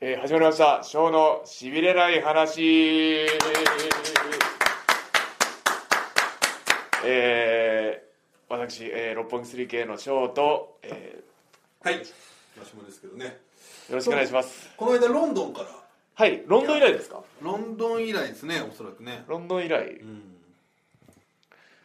始まりました「ショーのしびれない話」えー、私、えー、六本木 3K のショーと、えはい。私もですけどね。ー、よろしくお願いしますこの間ロンドンから。はいロンドン以来ですかロンドン以来ですね、おそらくね。ロンドン以来うん。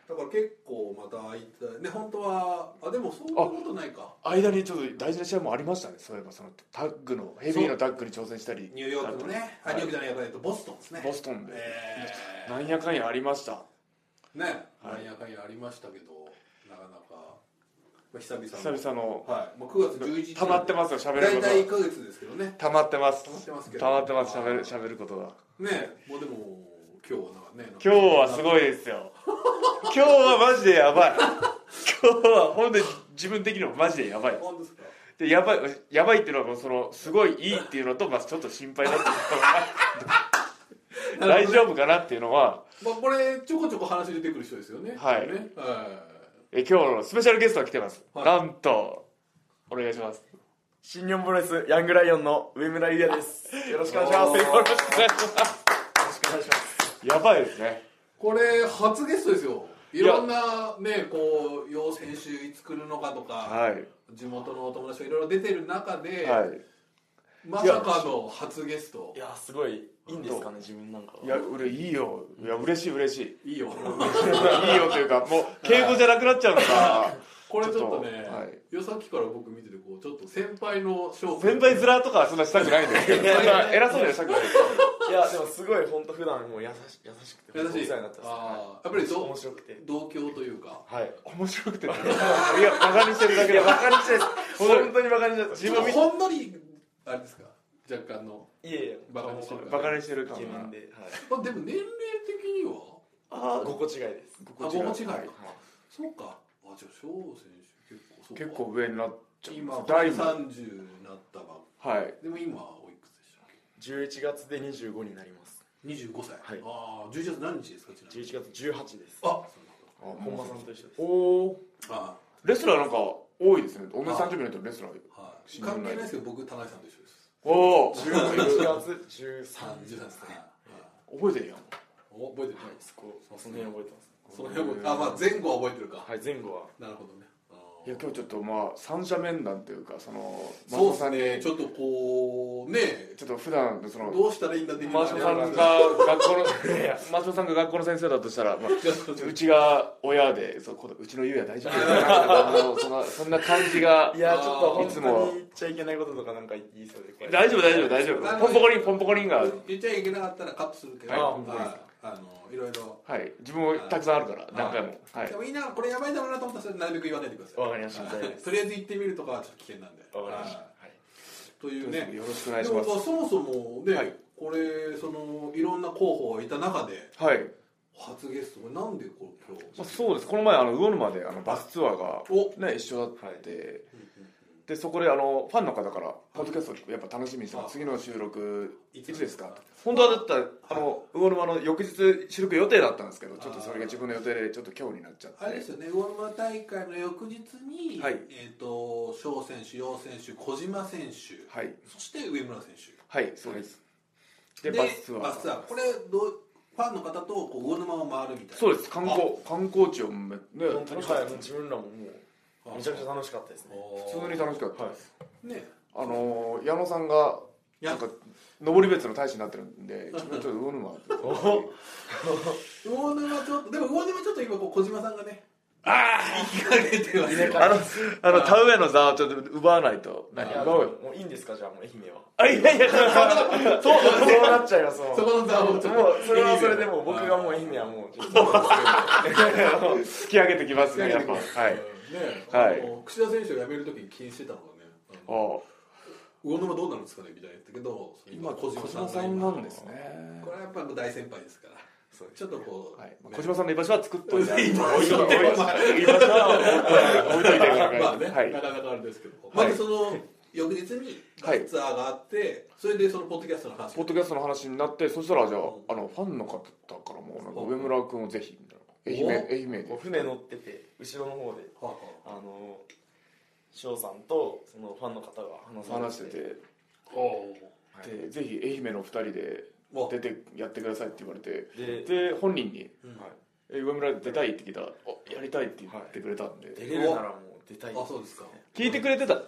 だから結構またいたね本当はあでもそういうことないか。間にちょっと大事な試合もありましたねそういえばそのタッグのヘビーのタッグに挑戦したりニューヨークのね、あはいニューヨークじゃないやっぱりえっとボストンですね。ボストンで、えなんやかんやありましたー、ね、はいなんやかんやありましたけど、なかなかまあ久々の。久々のはい。もう9月11日。溜まってますよ喋る大こと体1ヶ月ですけどね。溜まってます溜まってますけど溜まってます喋る喋ることがね、もうでも今日はなんかね。なんか今日はすごいですよ今日はマジでやばい今日は本当に自分的にもマジでやばい本当ですか。でやばいやばいっていうのはもうそのすごいいいっていうのと、まあ、ちょっと心配だっていうのが大丈夫かなっていうのはまあ、これちょこちょこ話出てくる人ですよねはいねはえ今日のスペシャルゲストが来てます、はいなんとお願いします新日本プロレスヤングライオンの上村優也です。よろしくお願いします。よろしくお願いしますお願いします。やばいですねこれ初ゲストですよいやろんなねこう要選手いつ来るのかとか、はい地元のお友達がいろいろ出てる中で、はいまさかの初ゲストいやーすごいいいんですかね自分なんかは。いや俺いいよいや嬉しい嬉しいいいよいいよというかもう敬語じゃなくなっちゃうのか、 これちょっとねちょっとはいよさっきから僕見ててこうちょっと先輩の勝負先輩面とかはそんなした くないんですけどそんな偉そうにはしたくないですいやでもすごい本当普段もう優し優しくて優しおい世話になってます。はあーやっぱりいど面白くて。同郷というかはい。面白くてねいやバカにしてるだけいやだバカにしてない です。本当にバカにしてないです。自分見ほんのりあれですか若干のいやいやバカにしてるバカにしてるイ感ケメがンで。はい。まあでも年齢的にはあごこ違いです。あ、もう間違いか、はいそうか。あ、じゃあ翔選手結構そうか結構上になっちゃいま今す三大十もになったばっかはいでも今おいくつでしたっけ？ 11月で25になります。二十五歳。はいああ、十一月何日ですかちなみに？ 11月18です。あ、本間さんと一緒です。おおあ、ーレスラーなんか多いですね同じ誕生日の人レスラーはい。関係ないですけど僕田中さんと一緒です。おお覚11月13三日十歳ですね。えてるやんお覚えてる。はい、そこ、その辺覚えてます。その辺もあ、まあ前後は覚えてるか。はい、前後は。なるほどね。あーいや今日ちょっとまあ三者面談というかそのそうですさんにね。ちょっとこうね、ちょっと普段そのどうしたらいいんだってマシオさんが学校のいやマシオさんが学校の先生だとしたら、まあ、ちょっとうちが親でそうこのうちの優也大丈夫 かなあのそのそんな感じがいやーちょっとい本つ当もに言っちゃいけないこととかなんか言いそうで怖い大丈夫大丈夫大丈夫ポンポコリンポンポコリン が言っちゃいけなかったらカットするけど、はいはいあのいろいろ、はい自分もたくさんあるから何回もはいでもいいなこれやばいだろうなと思ったらそれなるべく言わないでくださいわかりました大丈夫ですとりあえず行ってみるとかはちょっと危険なんでわかりましたははいいというねよろしくお願でいしもままあそもそもね、はいこれそのいろんな候補がいた中ですはい、初ゲストこれなんでこう今まあ、日そうですこの前あの魚沼であのバスツアーがおね、一緒だって、でそこであのファンの方から「ポッドキャストをやっぱ楽しみにしてまあす次の収録いいつつですか?」本当はだったらあの魚沼の翌日収録予定だったんですけどちょっとそれが自分の予定でちょっと今日になっちゃってあれですよねウォーマー大会の翌日に、はいえっ、と翔選手陽選手小島選手、はいそして上村選手はいそうです、ででバスツアーバスツアーこれどうファンの方とこう魚沼を回るみたいなそうです観光観光地をめね楽本当にしかはっいたもうです自分らももうめちゃくちゃ楽しかったですね普通に楽しかったです、にねあのー矢野さんがいやなんか登別の大使になってるんでちょっとちょっと魚沼魚沼ちょっとでも魚沼ちょっと今こう小島さんがねああ生きかけてますよあのあの田植えの座をちょっと奪わないとい何や 奪おうよもういいんですかじゃあもう愛媛はあいやいやそうそうなっちゃいますもうそもこの座をちょっとうそれはそれでもう僕がもう愛媛はもう ちょっと突き上げてきますねやっぱはいねはいあの櫛田選手を辞めるときに気にしてたのがねあのあ魚沼どうなるんですかねみたいな言ったけど今小小島さ島んがさん今なんですねこれはやっぱもう大先輩ですからそうですちょっとこう、はいまあね小島 さんの居場所は作っといて置いといて今置いといて居場所は置いといて置いといてくまだあね、さいなはいかなかあれですけど、はいまずその翌日にバスツアーがあって、それでそのポッドキャストの話ポッドキャストの話になってそしたらじゃああのファンの方からもなんか上村君をぜひみたいな愛媛愛媛こでう船乗ってて後ろの方ではあの翔さんとそのファンの方が話され話しててあはあはいでぜひ愛媛の2人でわ出てやってくださいって言われてでで本人にうんはい「え上村出たい?」って聞いたら「おやりたい」って言ってくれたんで、出れるならもう出たいあそうですか聞いてくれてた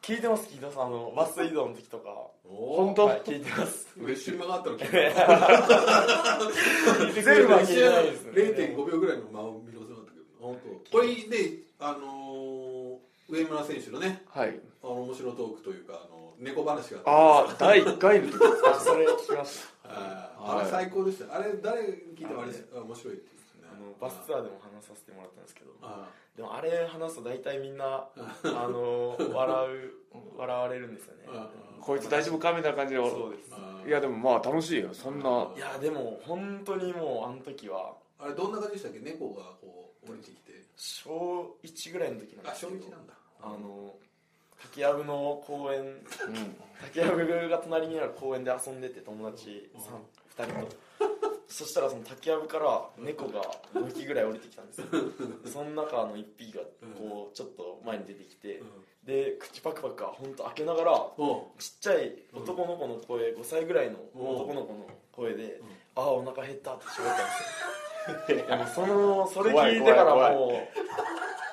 聞いてます聞いてますあのバス移動の時とか本お当、はい聞いてますお嬉しい間があったら聞全く部は聞いてないですね0.5秒ぐらいの間を見逃せなかったけど本当これであのー上村選手のねはいあの面白トークというかあの猫話がああ第1回の時ですあそれ聞きましたあーはいあれ最高でしたあれ誰聞いてもあれあ面白いって言あうんですねのバスツアーでも話させてもらったんですけどあでもあれ話すと大体みんなあの笑う笑われるんですよねうんこいつ大丈夫かみたいな感じでそうですーあーいやでもまあ楽しいよそんなあいやでも本当にもうあの時はあれどんな感じでしたっけ猫がこう降りてきて小1ぐらいの時なんあです初けど日なんだあの竹やぶの公園うん竹やぶが隣にある公園で遊んでて友達うんさん2人とそしたらその竹やぶから猫が2匹ぐらい降りてきたんですよその中の1匹がこうちょっと前に出てきてで口パクパクは本当開けながらおちっちゃい男の子の声5歳ぐらいの男の子の声で「ああお腹減った」って喋ったんですよいやもうその それ聞いてから怖いも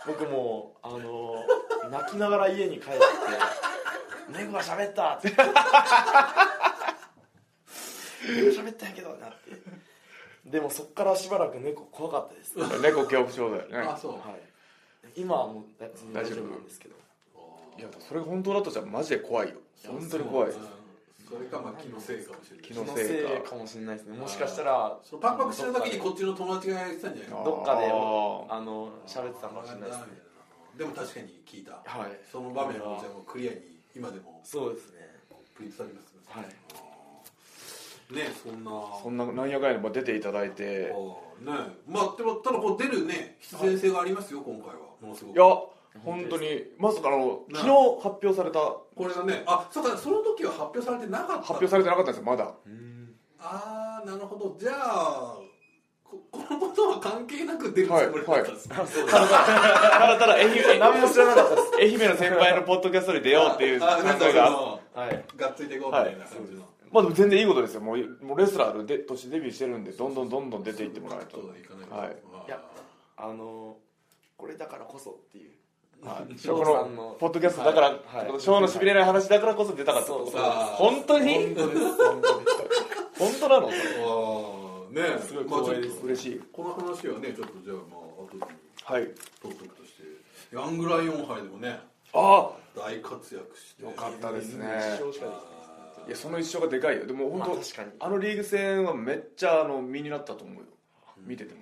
う僕もうあのー泣きながら家に帰って「猫が喋った」って猫が喋ったんやけどなってでもそっからしばらく猫怖かったです、は猫恐怖症だよねあそうい、今はもう大大大丈夫丈夫なんですけどおいやそれが本当だとしたらマジで怖いよいや本当に怖いうんそれかまあ気のせいかもしれない気気ののせせいいかかもしれないですねもしかしたらそのパクパクしてる時にこっちの友達がやってたんじゃないどっかでああの喋ってたかもしれないですねでも確かに聞いたはいその場面をじゃあもうクリアに今でもそうですねプリントされますねはいねそんなーそんななんやかんやで出ていただいてああねまあでもただこう出るね必然性がありますよ今回はものすごいくや本当にまさかあのな昨日発表されたこれがねあそうかその時は発表されてなかった発表されてなかったんですよまだああなるほどじゃあこ このことは関係なく出るつもりだったんですね、 ただただ愛 媛何も知らなかったです愛媛の先輩のポッドキャストに出ようっていう 考あなんかえそがのはいがっついていこうみたいな感じの、まあでも全然いいことですよもうもうレスラーでとしてデビューしてるんでどんどんどんどん出ていってもらえるとそうだいかないとはいあーいやあのこれだからこそっていうはい翔こさんののポッドキャストだから、はいはいこのショーのしびれない話だからこそ出たかったってことそうそう本当本に当です本当で本当なのそれあーねすごいまあちょっと光栄です嬉しいこの話はねちょっとじゃあまあ後ではいトークとしてヤングライオン杯でもねあ大活躍してあよかったですね一生しかできないあーいやその一生がでかいよでも本当、まあ確かにあのリーグ戦はめっちゃあの身になったと思うよ見てても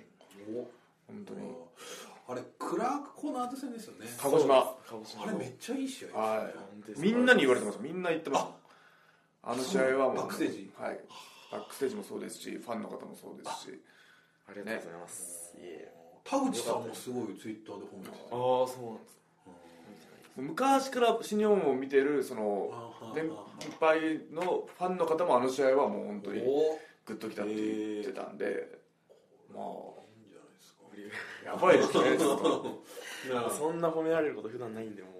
お本当にあれクラークコーナーズ戦ですよね鹿児島鹿児島あれのめっちゃいい試合ですよねは本当でいすみんなに言われてますみんな言ってますあの試合はもうバックステージはいバックステージもそうですしファンの方もそうですしありがとうございますいえ田口さんもすごいツイッターで褒めてああたそうなんです昔から新日本を見てるそのあー年配のファンの方もあの試合はもう本当におグッときたって言ってたんで、まいいんじゃないであすかやばい ですねちょっとなあそんな褒められること普段ないんでもう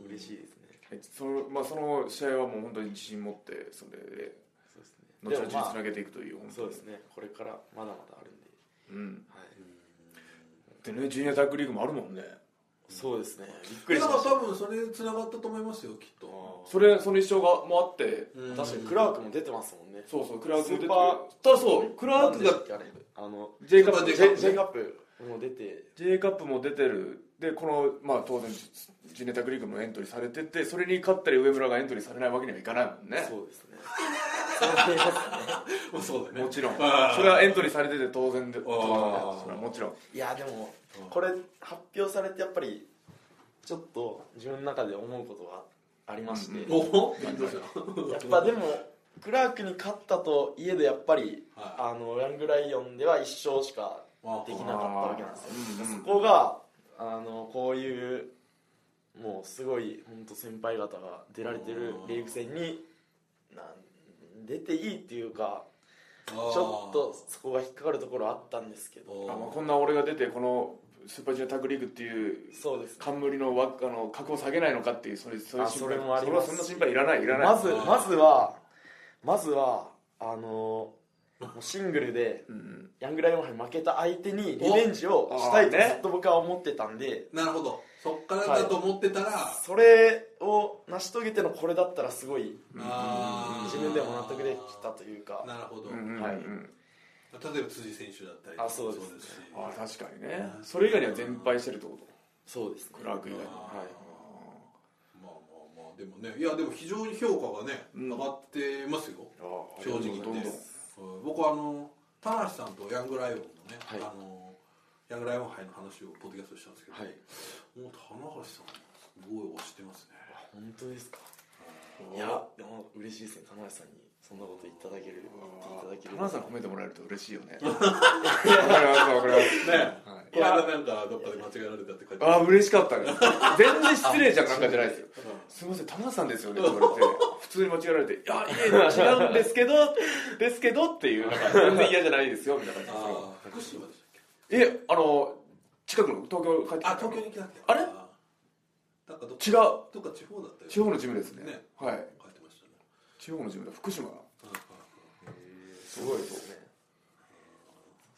うん嬉しいですねえそのまあ、その試合はもう本当に自信持ってそれでそうですね後々でにつもまあなげていくという、本当そうにですねこれからまだまだあるんでうんはいでねジュニアタッグリーグもあるもんねそうですねびっくだりしかまらした多分それ繋がったと思いますよきっとそれその一生がもあって、うん確かにクラークも出てますもんねそうそうクラークも出てスーパただそうクラークががあの J カッスーパプー J カ J- ップ J カップカップも出て J カップも出てるでこの、まあ、当然ジュニアタッグリーグもエントリーされててそれに勝ったり上村がエントリーされないわけにはいかないもんねそうですね そうですねまあそうだねもちろんそれあーはエントリーされてて当然でー当然それはもちろんいやでもこれ発表されてやっぱりちょっと自分の中で思うことがありまして、うんおおどうしたやっぱでもクラークに勝ったといえどやっぱり、はあのヤングライオンでは一勝しかできなかったわけなんですよ、あーうんうんそこがあのこういうもうすごい本当先輩方が出られてるリーグ戦になん出ていいっていうかちちょっとそこが引っかかるところあったんですけどあまあ、こんな俺が出てこのスーパージュニアタッグリーグっていうそうですね冠のわあの格を下げないのかっていうそれそれあそれもありそれはますそんな心配いらないいらないまずまずはまずはあのもうシングルでうんヤングライオン杯負けた相手にリベンジをしたいとおあーねずっと僕は思ってたんでなるほどそっからだと思ってたら、それを成し遂げてのこれだったらすごいあー自分でも納得できたというかなるほど、うんうんうんはい例えば辻選手だったりとかあそうですねしあー確かにねそれ以外には全敗してるってことそうですねクラーク以外にあーはいまあまあまあでもねいやでも非常に評価がね、うん上がってますよあー正直ねどんどんうん僕はあの田無さんとヤングライオンのね、はいあのヤングライオン杯の話をポッドキャストでしたんですけど、もはいう田無さんすごい推してますね本当ですかいいややでも嬉しいですね田中さんにそんなこと言っていただける言っ田ていただける中さん褒めてもらえると嬉しいよね わかりますわかりますねはいこの間なんかどっかで間違えられたって書いてああある嬉しかったです全然失礼じゃんなんかじゃないです ようすみません、田中さんですよねって言われて、普通に間違えられて、いや、いや、 違うんですけど、 ですけどっていう、なんか全然嫌じゃないですよ、みたいんな感あー福島でしたっけじで。え、あの、近くの東京帰ってきたあ東京に来たっけあれなんかどっか違う。どっか地方だったよ地方のジムですね。ねはい。書いてましたね地方のジムだ、福島。うんうんすごいですね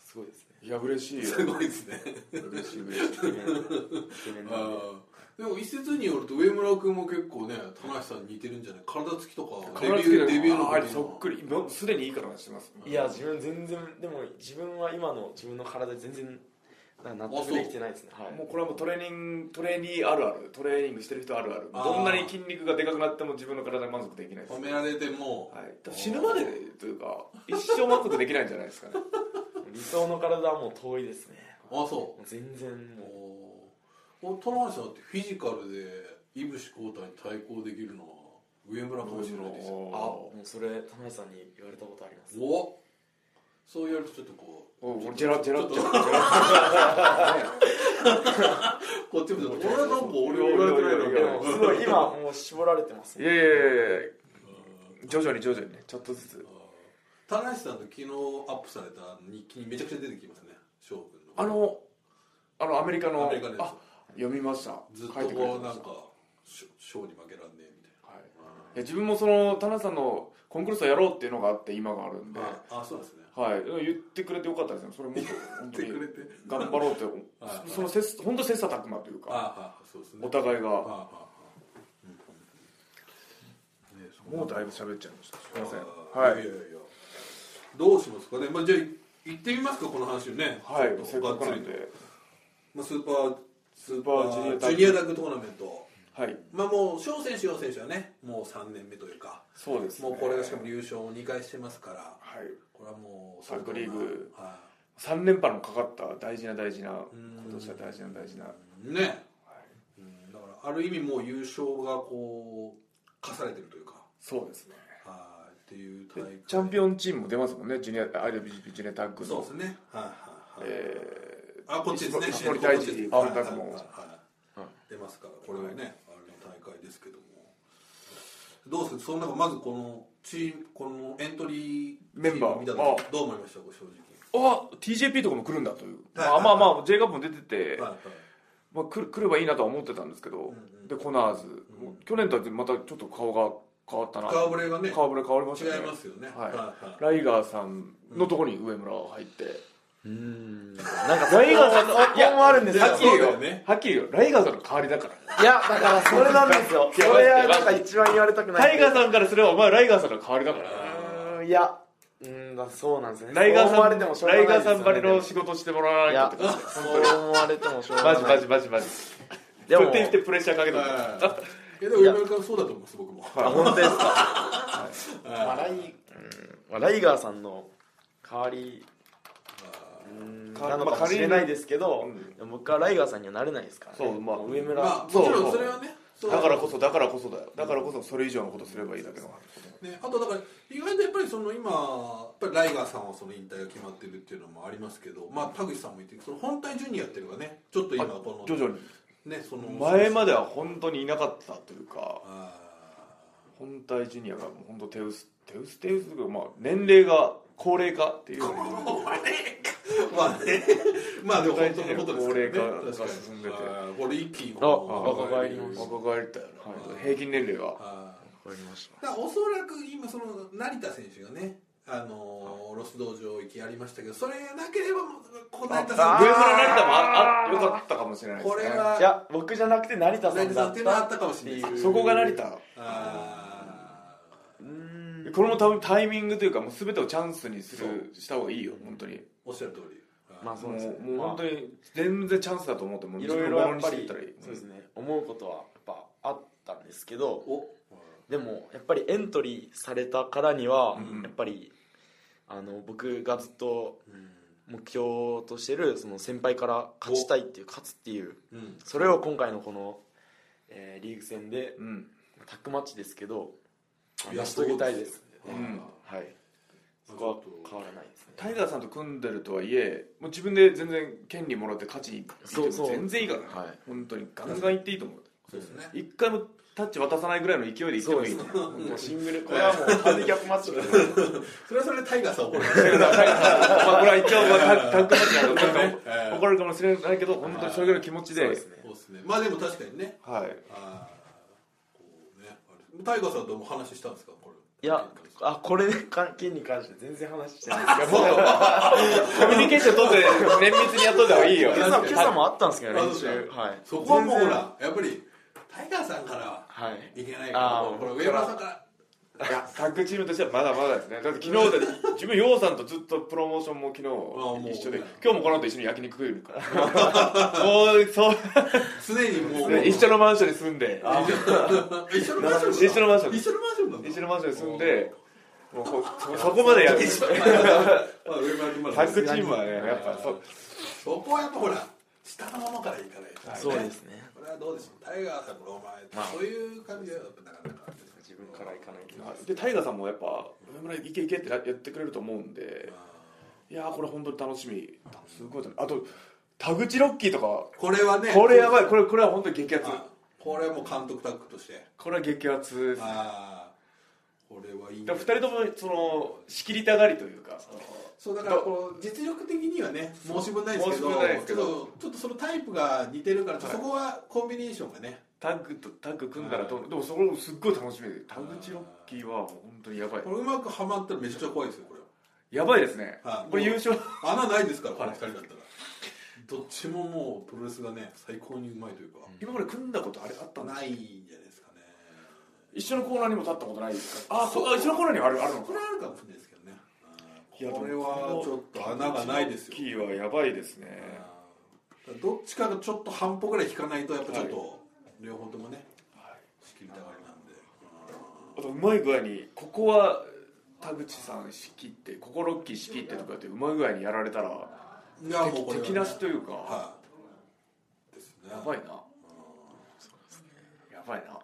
すごいですねいや、嬉しいよ。うんすごいですね嬉しい、嬉しい。イケメンなんでイケあメンなんでーでも一説によると上村君も結構ね田中さんに似てるんじゃない体つきとかデビ体つュけてーデビューのああ時れそっくり。もうすでにいい体してます。いや自分全然でも自分は今の自分の体全然なんか納得できてないですねはいもうこれはもうトレーニング、トレーニーあるある。トレーニングしてる人あるある。あーどんなに筋肉がでかくなっても自分の体に満足できないです褒。められても、はい、多分死ぬまでというか一生満足できないんじゃないですか ね理想の体はもう遠いですねあそもう全然うもおー田中さんってフィジカルでいぶし交代に対抗できるのは上村かもしれないですようあもうそれ田中さんに言われたことありますおそう言われるとちょっとこうお俺ジェラジェラちょっとジェラジェ ラねこっちも俺はなんか俺いやいやいやは言われてないやいのにでいもすごい今もう絞られてますいねやいやいやいや徐々に徐々にねちょっとずつ田中さんの昨日アップされた日記にめちゃくちゃ出てきますね翔くんのあのあのアメリカのアメリカのやつあ読みましたずっと書いてくれこてうまなんしたかショショーに負けらんねえみたいはい、ないや自分もその田中さんのコンクルールをやろうっていうのがあって今があるんで、ああそうですねはい、言ってくれてよかったですねそ れもっと本当言ってくれにて頑張ろうってはいはいその切本当切磋琢磨というかああそうですねお互いああがああうんうんねそんなもうだいぶ喋っちゃいましたすいませんああはいいやいやいやどうしますかねまあじゃあ行ってみますかこの話をねはいちょっとせっかくがっなつりんでまあスーパースーパージュニアタッグジュニアタッグトーナメントはいまあもう翔選手陽選手はねもう3年目というかそうです、ね、もうこれがしかも優勝を2回してますからはいこれはもうタッグリーグは3連覇のかかった大事な大事なうん今年は大事な大事な、はいねうんだからある意味もう優勝がこう課されてるというかそうですねはいっていうで大会チャンピオンチームも出ますもんねジュニア IWGP ジュニアタッグのそうですねはいはいはい、えあこっちですね石森大地石森あはい大地もはいはいはい出ますからこれはねあれの大会ですけどもどうするその中まずこのチームこのエントリーメンバーチム見た時どう思いましたご正直ーあ TJP とかも来るんだという、はいはいまあまあまあ J カップも出てて、はいはいまあ、来る来ればいいなとは思ってたんですけど、んうんでコナーズ、もう去年とはまたちょっと顔が変わったな顔ぶれがね顔ぶれ変わりましたね違いますよねはいはいライガーさんのところに上村が入って、うーんなんかそこライガーさんのそこもあるんですよはっきりそうだよ、よねはっきりよライガーさんの代わりだからいやだからそれなんですよいやそれはなんか一番言われたくないタイガーさんからすればお前ライガーさんの代わりだからあうーんいやうーんだそうなんですねライガーそう思わされんてもしょうがラないイですガよねーさんばりので仕事してもらわもいなやきゃってことそう思われてもしょうがなマいジマジマジマジでも徹底してプレッシャーかけてはいたいやでも上村君はそうだと思います僕もあ本当ですかまあライうんまあライガーさんの代わりうんかなのかもしれないですけど、うんでも僕はライガーさんにはなれないですから、ね、そうまあ上村、まあもそうちろんそれはねそうだからこそだからこそだよだからこそそれ以上のことすればいいだけの話ね、あとだから意外とやっぱりその今やっぱりライガーさんはその引退が決まってるっていうのもありますけど、まあ、田口さんも言ってるその本体ジュニアっていうのがねちょっと今こ徐の,、々にね、その前までは本当にいなかったというかあ本体ジュニアがもう本当手薄手薄手薄というかまあ年齢が高齢化っていうーまあねまあでも本当のことです本けどね体ジュニアが高齢化が進んでて確かにあーこれ一気にあ若返りま若す返ったよな、平均年齢があーかりましただからおそらく今その成田選手がねあのーロス道場行きありましたけどそれがなければこう成田上さあん村の成田もああよかったかもしれないですこねれはいや僕じゃなくて成田さ成田んださんっていうのはあったかもしれないってうそこが成田あうーんこれも多分タイミングというかもう全てをチャンスにするした方がいいよ本当にーおっしゃる通りまあもそううですねもう本当に全然チャンスだと思ってもうい自分ろいのろものやっにぱしていりったらいいそうですね思うことはやっぱあったんですけどおでもやっぱりエントリーされたからにはうんやっぱりあの僕がずっとうん目標としてるその先輩から勝ちたいっていう勝つっていううんそれを今回のこの、えーリーグ戦でうんタッグマッチですけどいや成し遂げたいですそうですようんねはいそまあこはちょっと変わらないですねタイガーさんと組んでるとはいえもう自分で全然権利もらって勝ちに行ってそうもそう全然いいからねはい本当にガンガン行っていいと思うそうですね一回もタッチ渡さないぐらいの勢いで行ってもいいと思うもうシングルこれはもうハンディキャップマッチだねそれはそれでタイガーさん怒るだからタイガーさんまあこれは一応まあタタッグマッチなのでなんかえー怒るかもしれないけど本当にそれぐらいの気持ちそうでですねそうですねまあでも確かにねはいあーこうねあれタイガーさんとも話したんですかこいれやあこれねか件に関して全然話してないんですけどコミュニケーション取って綿密にやっといた方がいいよ今朝今朝もあったんですけどあ練習そうですはいそこはもうほ全然らやっぱりタイガーさんからははいいけないあかーらこれ僕上村さんからいやタッグチームとしてはまだまだですねだって昨日だって自分ようさんとずっとプロモーションもも昨う日一緒で今日もこの後一緒に焼肉食えるからもうそう常にもうね一緒のマンションに住んで一緒のマンション一緒のマンション一緒のマンションなんだ一緒のマンションに住んでもうこうそそこまでやるまあ上村君までタッグチームはねやっぱそうそこはやっぱほら下のままからいかないとそうですねこれはどうでしょうタイガーさんのおまあ前そういう感じはやっぱなかなか自分から行かないとでタイガーさんもやっぱ「上村いけいけ」ってやってくれると思うんでいやーこれ本当に楽しみすごい楽しみあと田口ロッキーとかこれはねこれやばいこれこれは本当に激アツあこれはもう監督タッグとしてこれは激アツですああこれはいいだから二人ともその仕切りたがりというかそうだからこう実力的にはね申し分ないですけ申しど分ないですけどちょっとちょっとそのタイプが似てるから、はいそこはコンビネーションがねタッグとタッグ組んだらどうでもそこもすっごい楽しみで田口ロッキーはもう本当にやばいこれうまくはまったらめちゃくちゃ怖いですよこれやばいですねはいこれ優勝穴ないですからこのは2い人だったらどっちももうプロレスがね最高にうまいというか、今まで組んだことあれあったんだないんじゃないですかね一緒のコーナーにも立ったことないですかあそうあ一緒のコーナーにはあるあるのこかれはあるかもしれないですけどねいやこれはちょっと穴がないですよ田口ロッキーはやばいですねうんどっちかがちょっと半歩ぐらい引かないとやっぱちょっと、両方ともね仕切りたがりなんで、あとうまい具合にここは田口さん仕切ってここロッキー仕切ってとかってうまい具合にやられたらいやもうこれ敵なしというかはいですねやばいなやばいな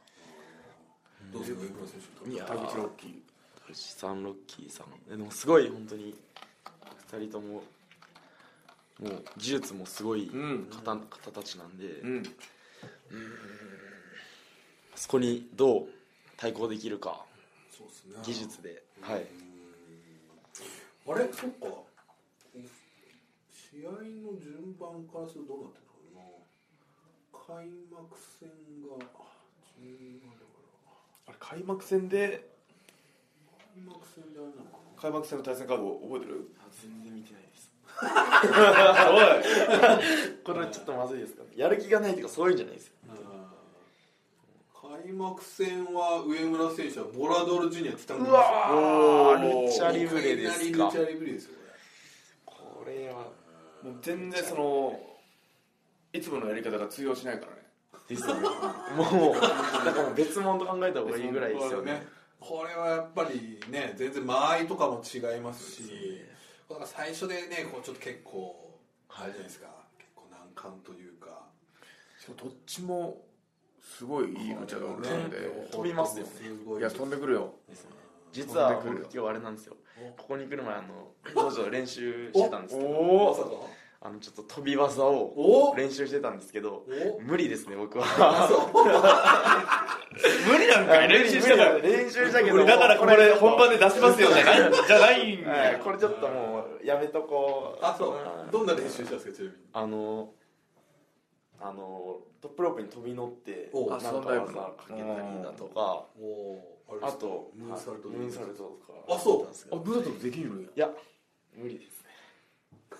どうですか上村選手いや田口ロッキー藤さんロッキーさんえでもすごい本当に二人とももう技術もすごいうん方,、方たちなんで、うんそこにどう対抗できるかそうですね技術で、はいあれそっか試合の順番からするとどうなってるのかな開幕戦が順番だからあれ開幕戦で開幕戦であれなのか開幕戦の対戦カード覚えてる全然見てないですお これはちょっとまずいですかねやる気がないというかそういうんじゃないですよな開幕戦は上村選手はボラドールジュニア来たんですよわーおールチャリブレでいすきなりルかチャリブレですよこれこれはいもう全然そのいつものやり方が通用しないからね ですよねもうなんかもう別物と考えた方がいいぐらいですよねこれはやっぱりね全然間合いとかも違いますしだから最初でねこうちょっと結構あれじゃないですか結構難関というかしかもどっちもすごいいい無茶がおるんで、飛びますよねごいいや飛んでくるよ実は飛んでくる僕今日あれなんですよここに来る前あの道場練習してたんですけどまさおかあのちょっと飛び技をお練習してたんですけどお無理ですね僕は無理なんかい練習したから無理練習したけどだからこれ本番でで出しますよじゃないじゃないんだよこれちょっともうやめとこうあそうどんな練習したんですかちなみにあのあのトップロープに飛び乗っておうなんかあそんなやつ技かけたりだとかおあれであすかとムーンサルトはいムーンサルトとかあそうですけあどブラッドできるのやいや無理ですね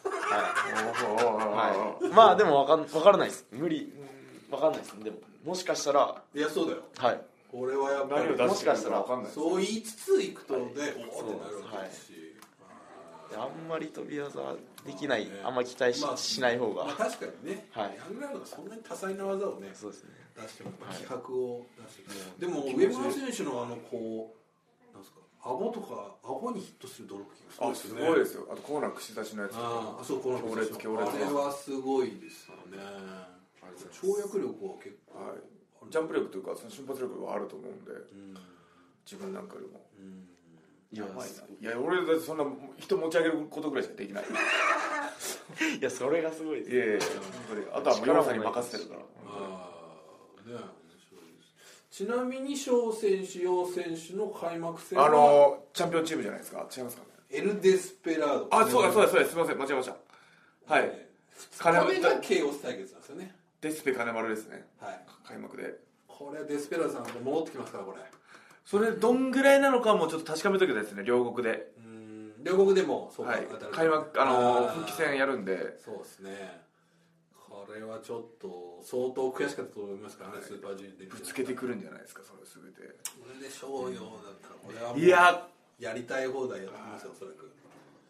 は、はいまあでもわかんわからないです無理わかんないですねでももしかしたらいやそうだよはい俺はやっぱ何を出してくるりかもしかしたらわかんないそう言いつつ行くとねはおいーってなるわけですしであんまり飛び技はできない、まあねあんまり期待し,、まあしない方が、まあ確かにねヤはいングライオンがそんなに多彩な技をねそうですね出してもやっぱはい気迫を出してもうでも気持ちいい上村選手のあのこうなんですか顎とか顎にヒットするドロップキックあすごいですよあとコーナー串刺しのやつとかあーあそうこの強烈強烈あれはすごいですよねありがとうございます跳躍力は結構はいあるジャンプ力というかその瞬発力はあると思うんでうん自分なんかよりもうんいややばいすごないや俺だってそんな人持ち上げることぐらいしかできないいいいやそれがすごいです、やいやいやあとはもう山さんに任せてるからああね面白いですちなみに翔選手、楊選手の開幕戦はあのチャンピオンチームじゃないですか違いますかねエル・デスペラードあそうだそうだそうだすみません間違えましたはいこ金れ丸が KOS 対決なんですよねデスペ金丸ですねはい開幕でこれはデスペラードさんが戻ってきますからこれそれどんぐらいなのかもちょっと確かめときたいですね両国でうん両国でもそうかはい当たる開幕あのー復帰戦やるんでそうですねこれはちょっと相当悔しかったと思いますからね、スーパージュニアでぶつけてくるんじゃないですかそれすべてこれでしょうよだったら俺はもういややりたい放題やってますよおそらく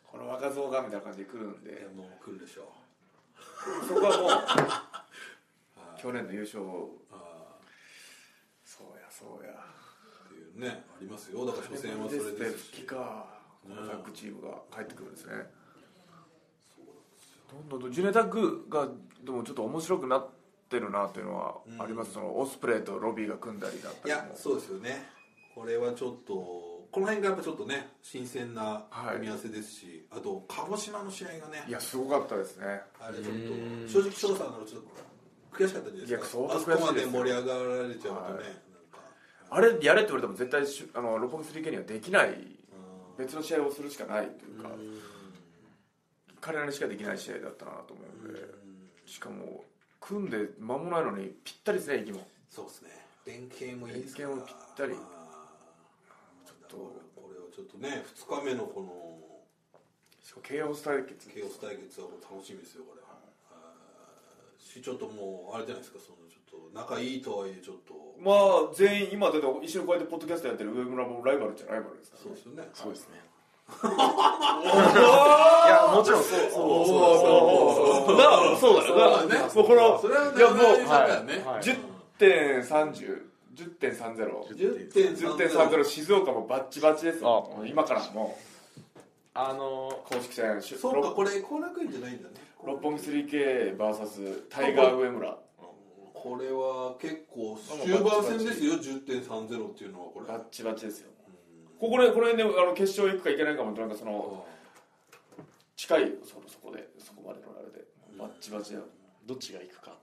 この若造がみたいな感じで来るんいでやもう来るでしょうそこ はもう去年の優勝あそうやそうやあっていうねありますよだから初戦はそれデでスすペ復帰しかこんのタッグチームが帰ってくるんですねどんどんどんジュネタッグがでもちょっと面白くなってるなっていうのはあります、そのオスプレイとロビーが組んだりだったいりやもそうですよねこれはちょっとこの辺がやっぱちょっとね新鮮な組み合わせですし、あと鹿児島の試合がねいやすごかったですねあれちょっと正直翔さんならちょっと悔しかったんじゃないいでやすか相当あ悔しいそですよこまで盛り上がられちゃうとね、はいなんかあれやれって言われても絶対しあの六本木 3K にはできない別の試合をするしかないというかうん彼らにしかできない試合だったなと思うのでしかも組んで間もないのにぴったりですね息もそうですね連携もいいですから連携もぴったりまあちょっとこれはちょっとね2日目のこのしかも KO スタイル決ケイオス対決はもう楽しみですよこれは、あーしちょっともうあれじゃないですかそのちょっと仲いいとはいえちょっと、まあ全員今だって一緒にこうやってポッドキャストやってる上村もライバルじゃライバルですかそうですよねそうですねそいやもちろんそうそうそううだそうだよなもうこのそれはやもう仲間内だからね、はい10点30 10.30 10.30 10.30静岡もバッチバチですよあもう今からもあの公式戦しそうかこれ後楽園じゃないんだね六本木 3KVS タイガー上村これは結構終盤戦ですよ10.30っていうのはこれバッチバチですよここでこの辺であの決勝行くか行けないかもなんかその近いそそこでそこまでのあれでバッチバチだよーどっちが行くか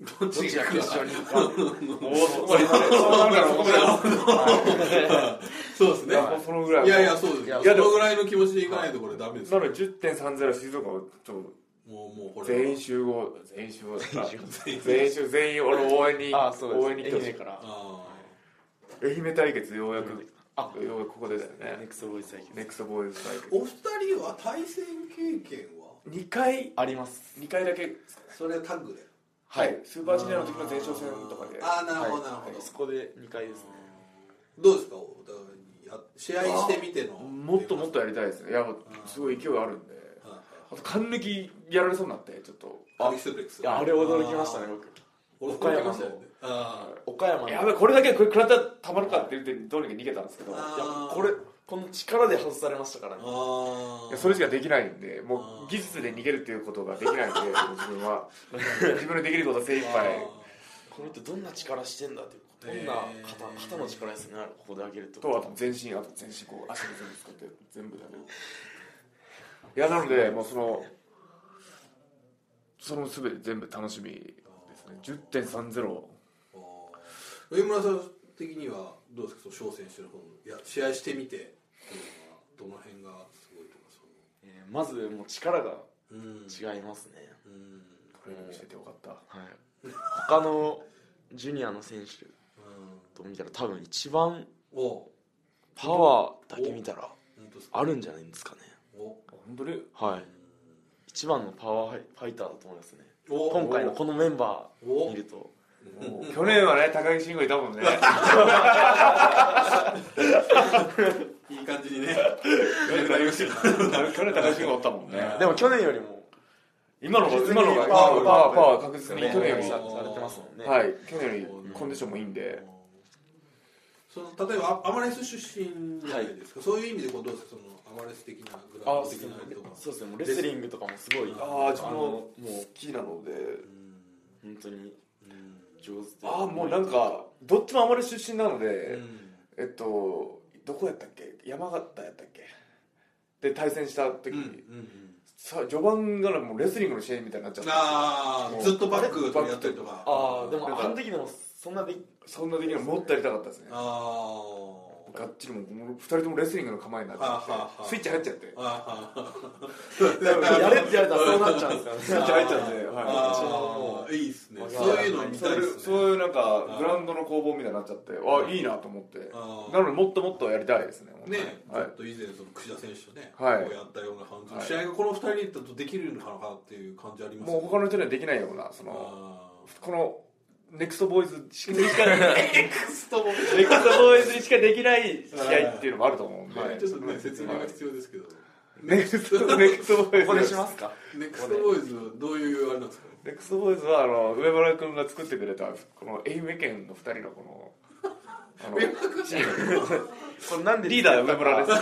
どっどっちちがが決決勝勝に行くかもう そこまで行かないそうなる からそこまでそうですいねやもうそのぐらいいやいやそうですいいややでもそのぐらいの気持ちでいかないとこれダメですなよので10.30静岡をちょっもうもうことれ全員集合全員集合員全員集合全員俺応援にあそう応援にで来てすほし愛い媛からあ愛媛対決ようやくあようやくここでだよネねクストボーイズ対決ネクストボーイズ対ー決お二人は対戦経験は2回あります2回だけそれはタッグではいスーパージュニアの時の前哨戦とかでああなるほどなるはほいどそこで2回ですねどうですかお互いにや試合してみてのもっともっとやりたいですねいやすごい勢いあるんであと還暦やられそうになってちょっとアキスープレックスいやあれ驚きましたね僕俺岡山驚きまのしたよねあ岡山のやべこれだけこれ食らったらたまるかって言ってどうにか逃げたんですけどいあいやこれこの力で外されましたかーらねあーやそれしかできないんでもう技術で逃げるっていうことができないんでもう自分 は自分のできることは精一杯この人どんな力してんだっていうどんな肩肩の力ですねあれここで上げるととあと全身あと全身こう足で全部使って全部だね いやなのでもうそのその全て全部楽しみですね10.30あー上村さん的にはどうですかその翔選手の方のいや試合してみてっていうのはどの辺がすごいとかそえーまずもう力がのうん違いますね、うんトレーニングしててよかったはい、他のジュニアの選手と見たら多分一番おパワーだけ見たら本当ですかあるんじゃないんですかねお本当にはい一番のパワーファイターだと思いますねお今回のこのメンバーお見るともう去年はね高木慎吾いたもんねい い感じにね良くなりました 去年高木慎吾おったもんねうんでも去年よりも 今の方が今の方がパワーパワーパワー確実にね去年よさりさはれてますもんねい去年よりコンディションもいいんでその例えばアアマレス出身じゃないですか、そういう意味でこうどうですかそのアマレス的なグラウンド的なあれとかそうですねもうレスリングとかもすごいあああ自分のももう好きなのでうん本当にうん上手でああもうなんかどっちもあまり出身なのうでんえっとどこやったっけ山形やったっけで対戦した時うんうんさ序盤からもうレスリングの試合みたいになっちゃったあもあうずっとバックとかやったりとかああでもなんかあの時でもそんなでそんな的にはもっとやりたかったですねあ ーがっちりもう2人ともレスリングの構えになっちはあはゃあっはあてスイッチ入っちゃってあーやれって言われたらそうなっちゃうんですスイ ッよねチ入っち ゃってはいあーいいっすねそういうの見そうたいっいすうねそういうなんかグラウンドの攻防みたいになっちゃってあいいなと思ってあーなのでもっともっとやりたいですねねちはょいっと以前その櫛田選手とね、はいこうやったような感じの、はい試合がこの二人だとできるのかなっていう感じありますもう他の人にはできないようなそのあこのネクストボーイズしかネクストボーイズにしかできない 試合っていうのもあると思うんで、ーちょっとね説明が必要ですけど、ネクストネクストボーイズここでしますかネクストボーイズはどういうあれなんですかネクストボーイズはあの上村君が作ってくれたこの愛媛県の2人のこのあのこれなんでリーダーは上村です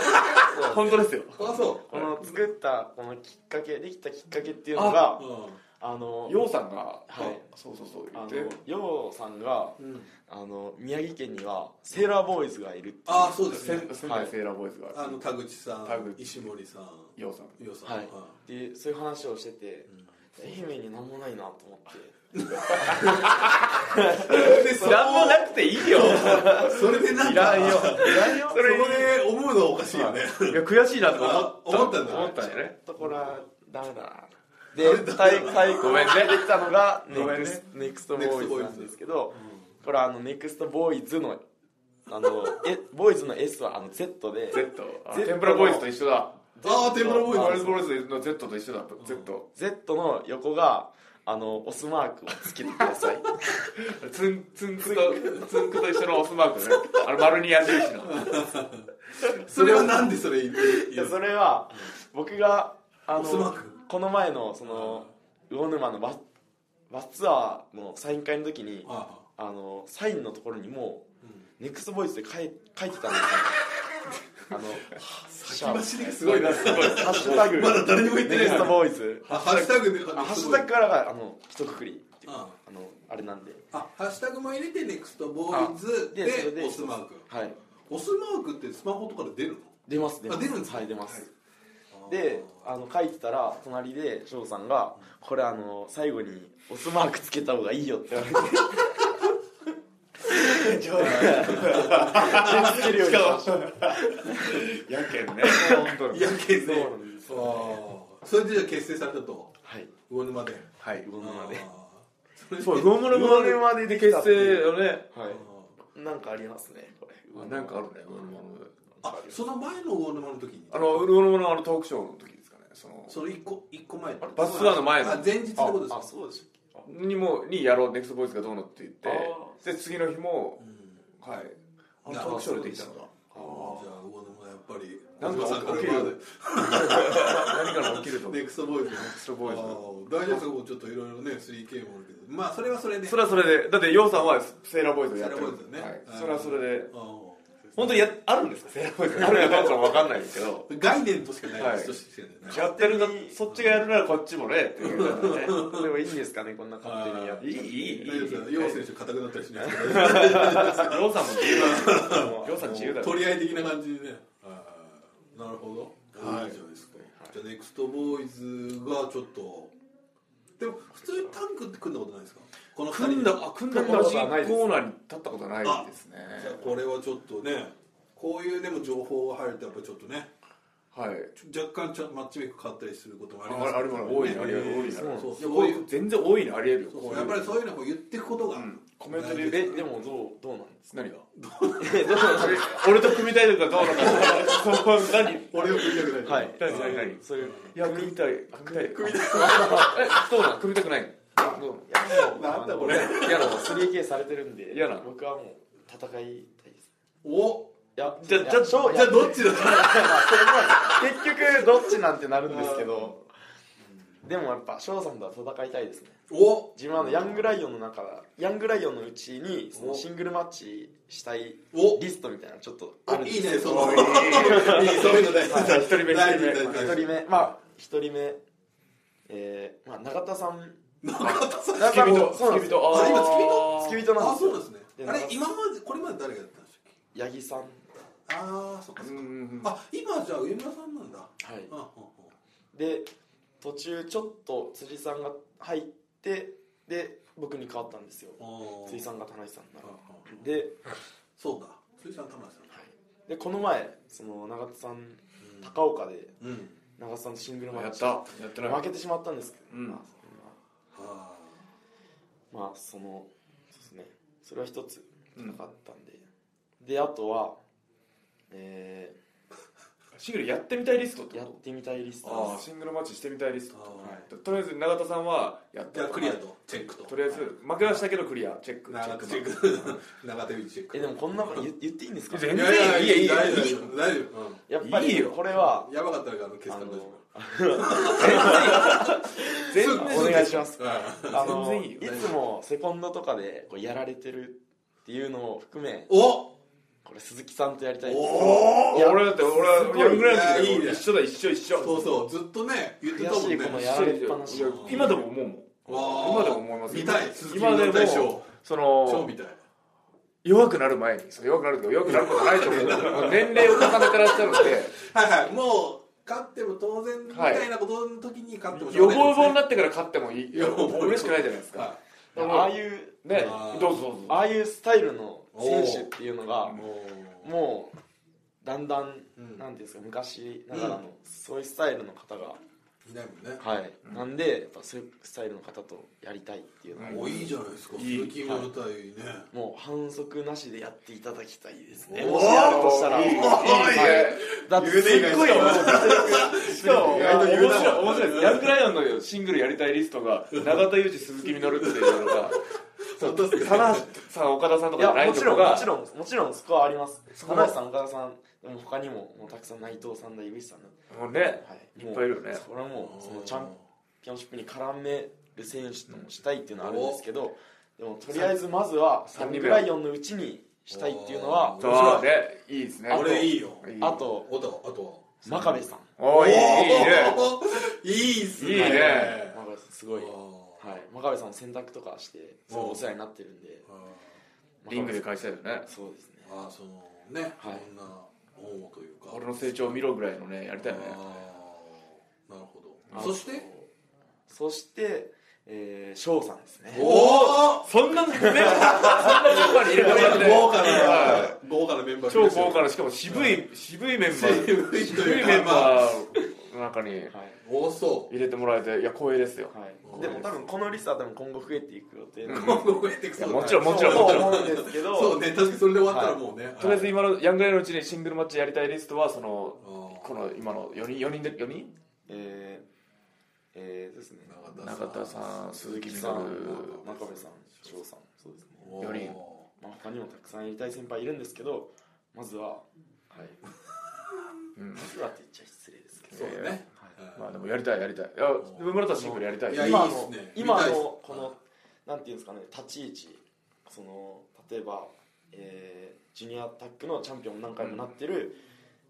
本当ですよあそこの作ったこのきっかけできたきっかけっていうのがう、うんあのようさんが、はいそうそうそうあ言っのてようさんがうんあの宮城県にはセーラーボーイズがいるっていうああそうですせねん仙台セーラーボーイズがあの田口さん田口石森さんようさん伊代さん、はいでそういう話をしてて愛媛に何もないなと思っ何もなくていいよそれでなんかていらんよいらんよそれで思うのはおかしいよね、いや悔しいなとか思あ思ったんだ思ったんやねとこれはダメだなで最最後ごめんね出てたのがごめんねネクスネクストボーイズなんですけどこれはあのネクストボーイズのあのえボーイズの S はあの Z で Z あ Z 天ぷらボーイズと一緒だああ天ぷらボマールイズズボーイズの Z と一緒だ Z Z の横があのオスマークをつけてく ださいツンツンクとツンクと一緒のオスマークねあの丸に矢印のそれはなんでそれ言っていいいやのそれは僕があオスマーのクこの前のその魚沼のバスバスツアーのサイン会の時にああのサインのところにもあ、うんうネクストボイスで書い書いて たんですよあのシャープ走りがすごいな。ハッシュタグまだ誰にも言っネてクないスト。ボーイズあハッシュタグで。あハッシュタグからがあの一括りっていうあかあのあれなんであ、ハッシュタグも入れてネクストボーイズでそれでオスマーク。はいオスマークってスマホとかで出る出ます出ますあ出るんですかはい出ます、の？であの書いてたら隣で翔さんが「これあの最後にオスマークつけた方がいいよ」って言われてし かもやけんね本当あーにやけそうね。なんですああ。それでじゃあ結成されたとはい魚沼で。はい魚沼であー。それ でそう魚村魚までで結成よねあーはあいなんかありますねこれなんかあるね魚沼のその前の魚沼の時に。あの魚沼のあのトークショーの時ですかねそのその一個一個前。バスツアーの前のあ前日のことですあか。そうでしたっけあにもにやろうネクストボーイズがどうのって言ってあで次の日もうんはいあのなトークショーでできたのがあーじゃあ魚沼やっぱり。なんか起き魚沼る 何かが起きるとネクストボーイズね。ストボーイズあー大丈夫ですかもうちょっといろいろね 3K もあるけどまあそれはそれでそれはそれでだってヨウさんはセーラーボーイズをやってるセーラーボーイズだねはいうんそれはそれであー本当にやあるんですかセーラーボーイズあるかどうかは分かんないですけど概念としかない、はいとしかないやってるなそっちがやるならこっちもねっていう感じでねでもいいんですかねこんな勝手にやっていいいいいい大丈夫ですかヨウ選手硬くなったりしないですかヨウさんも自由だヨウさん自由だ取り合い的な感じでねあーなるほど、はいい、いじゃないですか、じゃあネクストボーイズがちょっとでも普通にタンクって組んだことないですかこの二人組んだあ組んだ組ん同だこじとコはないですーナーに立ったことないですねじゃあこれはちょっとねこういうでも情報が入るとやっぱりちょっとねはい若干ちゃんマッチメイク変わったりすることもあありますあれも多いねありえる多いねそうそういやそう多いいう全然多いねありえるよそうこそうういうやっぱりそういうのをこう言っていくことが、うんコメントで大事えすでもどうどうなんですか何が えどうなんです俺と組みたいとかどうなの そう何俺を組みたくないかはい何何何そういういや組みたい組みたい組みたいえどうなん組みたくないどういやもうなんだこれ嫌な 3K されてるんで嫌なの僕はもう戦いたいですおいやじゃいやじゃじゃいじゃやあどっちだ結局どっちなんてなるんですけどでもやっぱ翔さんとは戦いたいですねお自分はあのヤングライオンの中ヤングライオンのうちにそのシングルマッチしたいおリストみたいなのちょっとああるんでいいすねそおのいいいいねそういうの大事はい一人目大事一人目大事1人目まあ1人目えー、まあ永田さん中田さんなん付かきも人うそうな付んできすよ人あ今ー付き人なんあですそうよなんですねであれ長田今までこれまで誰がやってたんでしたっ八木さんはけああそっかそっうかんあ今じゃあ上村さんなんだいああで途中ちょっと辻さんが入ってで僕に変わったんですよああ辻さんが田中さんになるでで,、そうだ水産田村さんはい、でこの前その永田さんうん高岡でうん永田さんとシングルマやッっチたやってない負けてしまったんですけど、うんまああまあまあそのそうですねそれは一つなかったんで、であとはえシングルやってみたいリストっー、てやこってみたいリスとあトあシングルマッチしてみたいリストあととりあえず永田さんはやっじゃたあクリアとチェックととりあえず負けはしたけどクリアチェック長手チェクッ ク長手チェックえでもこんなこと言言っていいんですか全い然やいやいやいいよ大いいよ丈夫大丈夫やっぱいいりよこれはうんやばかったらあの消すかあら大丈の全す然ぐいいお願いします夫あああの全然いいいよつもセコンドとかでこうやられてるっていうのを含めおこれ鈴木さんとやりたいですおいや俺だって俺はヤングライオンの時いやいいね一緒だ一緒一緒そうそうずっとね言ってた悔もしいんこのねやられっぱなしいや今でも思うもんわ今あでも思います見たい鈴木今での大も賞そ超の見たい弱くなる前にその弱くなるけど弱くなることないと思う年齢を重ねてらっしゃるのではいはいもう勝っても当然みたいなことの時に勝ってもしょ予うがな防いですね棒になってから勝ってもいい予防棒嬉しくないじゃないですかはでもああいうねあーどうぞどうぞああいうスタイルの選手っていうのいがもうもうだんだんうんなんていうんですか昔ながらのそういうスタイルの方がいないもんねはいなんでやっぱそういうスタイルの方とやりたいっていうのはおいいじゃないですかいい鈴木物体ねもう反則なしでやっていただきたいですねおーもしやるとしたらいいねはいだってすっごい思うしかも意面外白と言いうな面白いですヤングライオンのシングルやりたいリストが永田裕二鈴木みのるっていうのが本当ですか棚橋さん岡田さんとかいじやゃないもとこちろんもがちろんもちろんスコアありますそこ花橋さん岡田さんでも他にももうたくさん内藤さんだ井口さんだもうねはいいっぱいいるよねもうそれはもうそのチャンピオンシップに絡める選手ともしたいっていうのはあるんですけど、でもとりあえずまずは三人3目人ぐらい4のうちにしたいっていうのはおーそうねいいですねあれいいよいいあとおとあと真壁さんおーいいねいいっすねいいね真壁さんすごい、はい、あ真壁さんの洗濯とかしてすごいお世話になってるんでーリングで真返壁したいよねさんそうですねあーそのねこはんいな恩をというか俺の成長を見ろぐらいのねやりたいよねあーなるほどそしてそしてえー翔、さんですねおおそんなのねそんなメンバーに入れ替わって豪華はな豪華なメンバいー超ですよ豪華なしかも渋い渋いメンバー渋いと渋いいうメかンまあバーの中にはい多そ入れてもらえていや光栄ですよはい、でも多分このリストは多分今後増えていく予定なうの 今後増えていくそうだねもちろんもちろんともちろん思うんですけどそうね確かにそれで終わったらもうねとりあえず今のヤングライオンのうちにシングルマッチやりたいリストはそのここの今の4人4人で4人えー、えー、ですね中田さん鈴木み鈴木さのんる真壁さん翔さんそうですね、四人まあ、他にもたくさんやりたい先輩いるんですけどまずははいうんまずはって言っちゃ失礼ですけそどうだねまあでもやりたいやりたいいや村田シングルやりたいいやいい今っのすね今見たいっすのこのなんていうんですかね立ち位置その例えば、えージュニアタックのチャンピオンに何回もなってる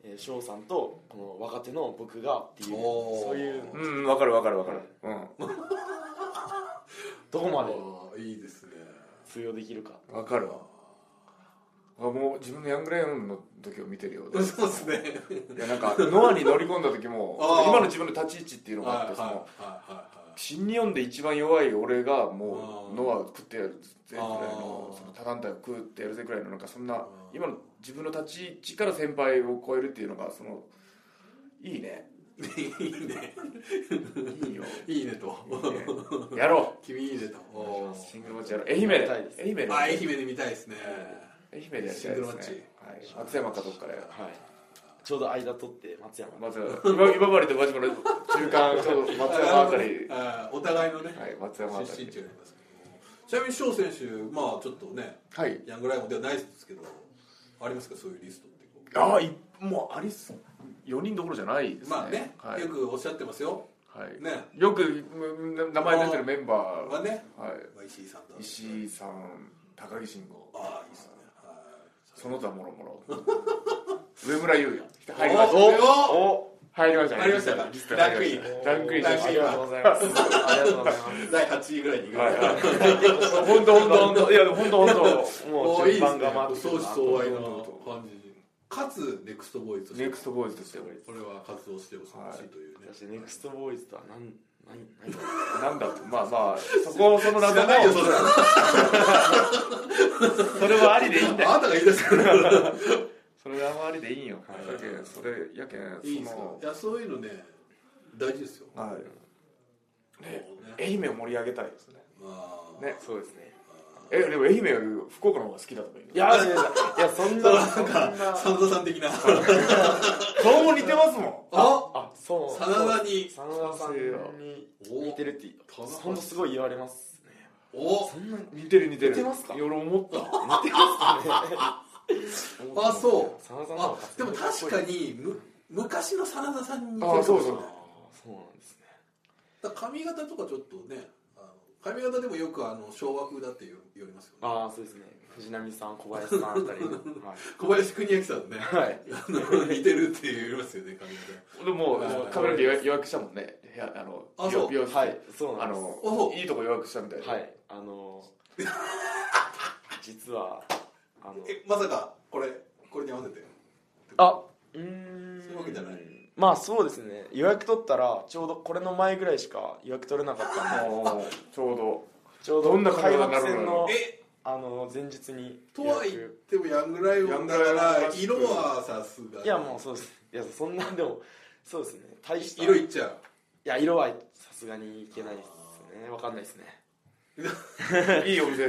えー翔、さんとこの若手の僕がっていうおーそういううんわかるわかるわかるうどこまであいいですね通用できるかんわかるわあもう自分のヤングライオンの時を見てるようでそうですねいやなんかノアに乗り込んだ時もあー今の自分の立ち位置っていうのはいがあっはいてそのは新日本で一番弱い俺がもあーうノア食ってやるぜくらいのあーその他団体を食ってやるぜくらいのなんかそんなー今の自分の立ち位置から先輩を超えるっていうのがそのいいね いいねいい よいいねといいねやろ君いいねとおうーシングルマッチやろう愛媛でやりたいです愛媛であ愛媛で見たいですね愛媛でやりたいですシングルマッチねはい松山かどっかではいちょうど間取って松山まず今今までと同じもの中間ちょうど松山あた りあーお互いのねはい松山あた出身り地がありますけどもちなみに翔選手まあちょっとねはいヤングライオンではないですけどありますかそういうリストってこうああいもうありす4人どころじゃないですねまあね、はいよくおっしゃってますよはいねよくうん名前出てるメンバーはねはいまあ石井さんだ石井さん高木慎吾ああいいですねはいその他もろもろ 上村優也入りましたおおお入りました入りましたかリストに入りましたランクインしましたうございますありがとうございます第8位ぐらいに行くはいはい本当本当本当いやでも本当本も おうーいいで順す番ねが回ってく相る思な相愛どんどんどんな感じかつネクストボーイズと当してネクストボーイズとしてこれは活動してほしいというねそしてネクストボーイズとは何何何だなんだとまあまあそこその知謎らないよもそれそれはありでいいんだよあなたが言い出したからそれはありでいいんよはいやけんそれやけんいいでそすかのいやそういうのね大事ですよはいねもうね愛媛を盛り上げたいですねまあねそうですねえでも愛媛より福岡の方が好きだとか言ういやいやいやいやそんな そんな真田さん的な顔も似てますもんああそう真田に真田さんに似てるっておーほんとすごい言われますねおそんなに似てる似てる似てますかいや俺思った似てます ねあそう真田さんの方あがでも確かにむ昔の真田さんに似てるあそうそうかもしれないそうなんですねだから髪型とかちょっとねあの髪型でもよくあの昭和風だって言う言われますよねああそうですね藤波さん小林さんあたりの はい小林邦明さんねはいあの似てるって言いますよね髪型でもはいカメラで予約予約したもんね部屋あのあ美そ容う美容室はいそうなあんですのあそういいとこ予約したみたいではいあの 実はあのえまさかこれこれに合わせてあうーんそういうわけじゃないまあそうですね予約取ったらちょうどこれの前ぐらいしか予約取れなかったんでもうちょうど ちょうどんなど会開話にな幕るの戦のえあの前日にとは言ってもヤングライオンだかヤングライオンららしく色はさすがにいやもうそうですいやそんなんでもそうですね大した色いいっちゃや色はさすがにいけないですねわかんないですねいいお店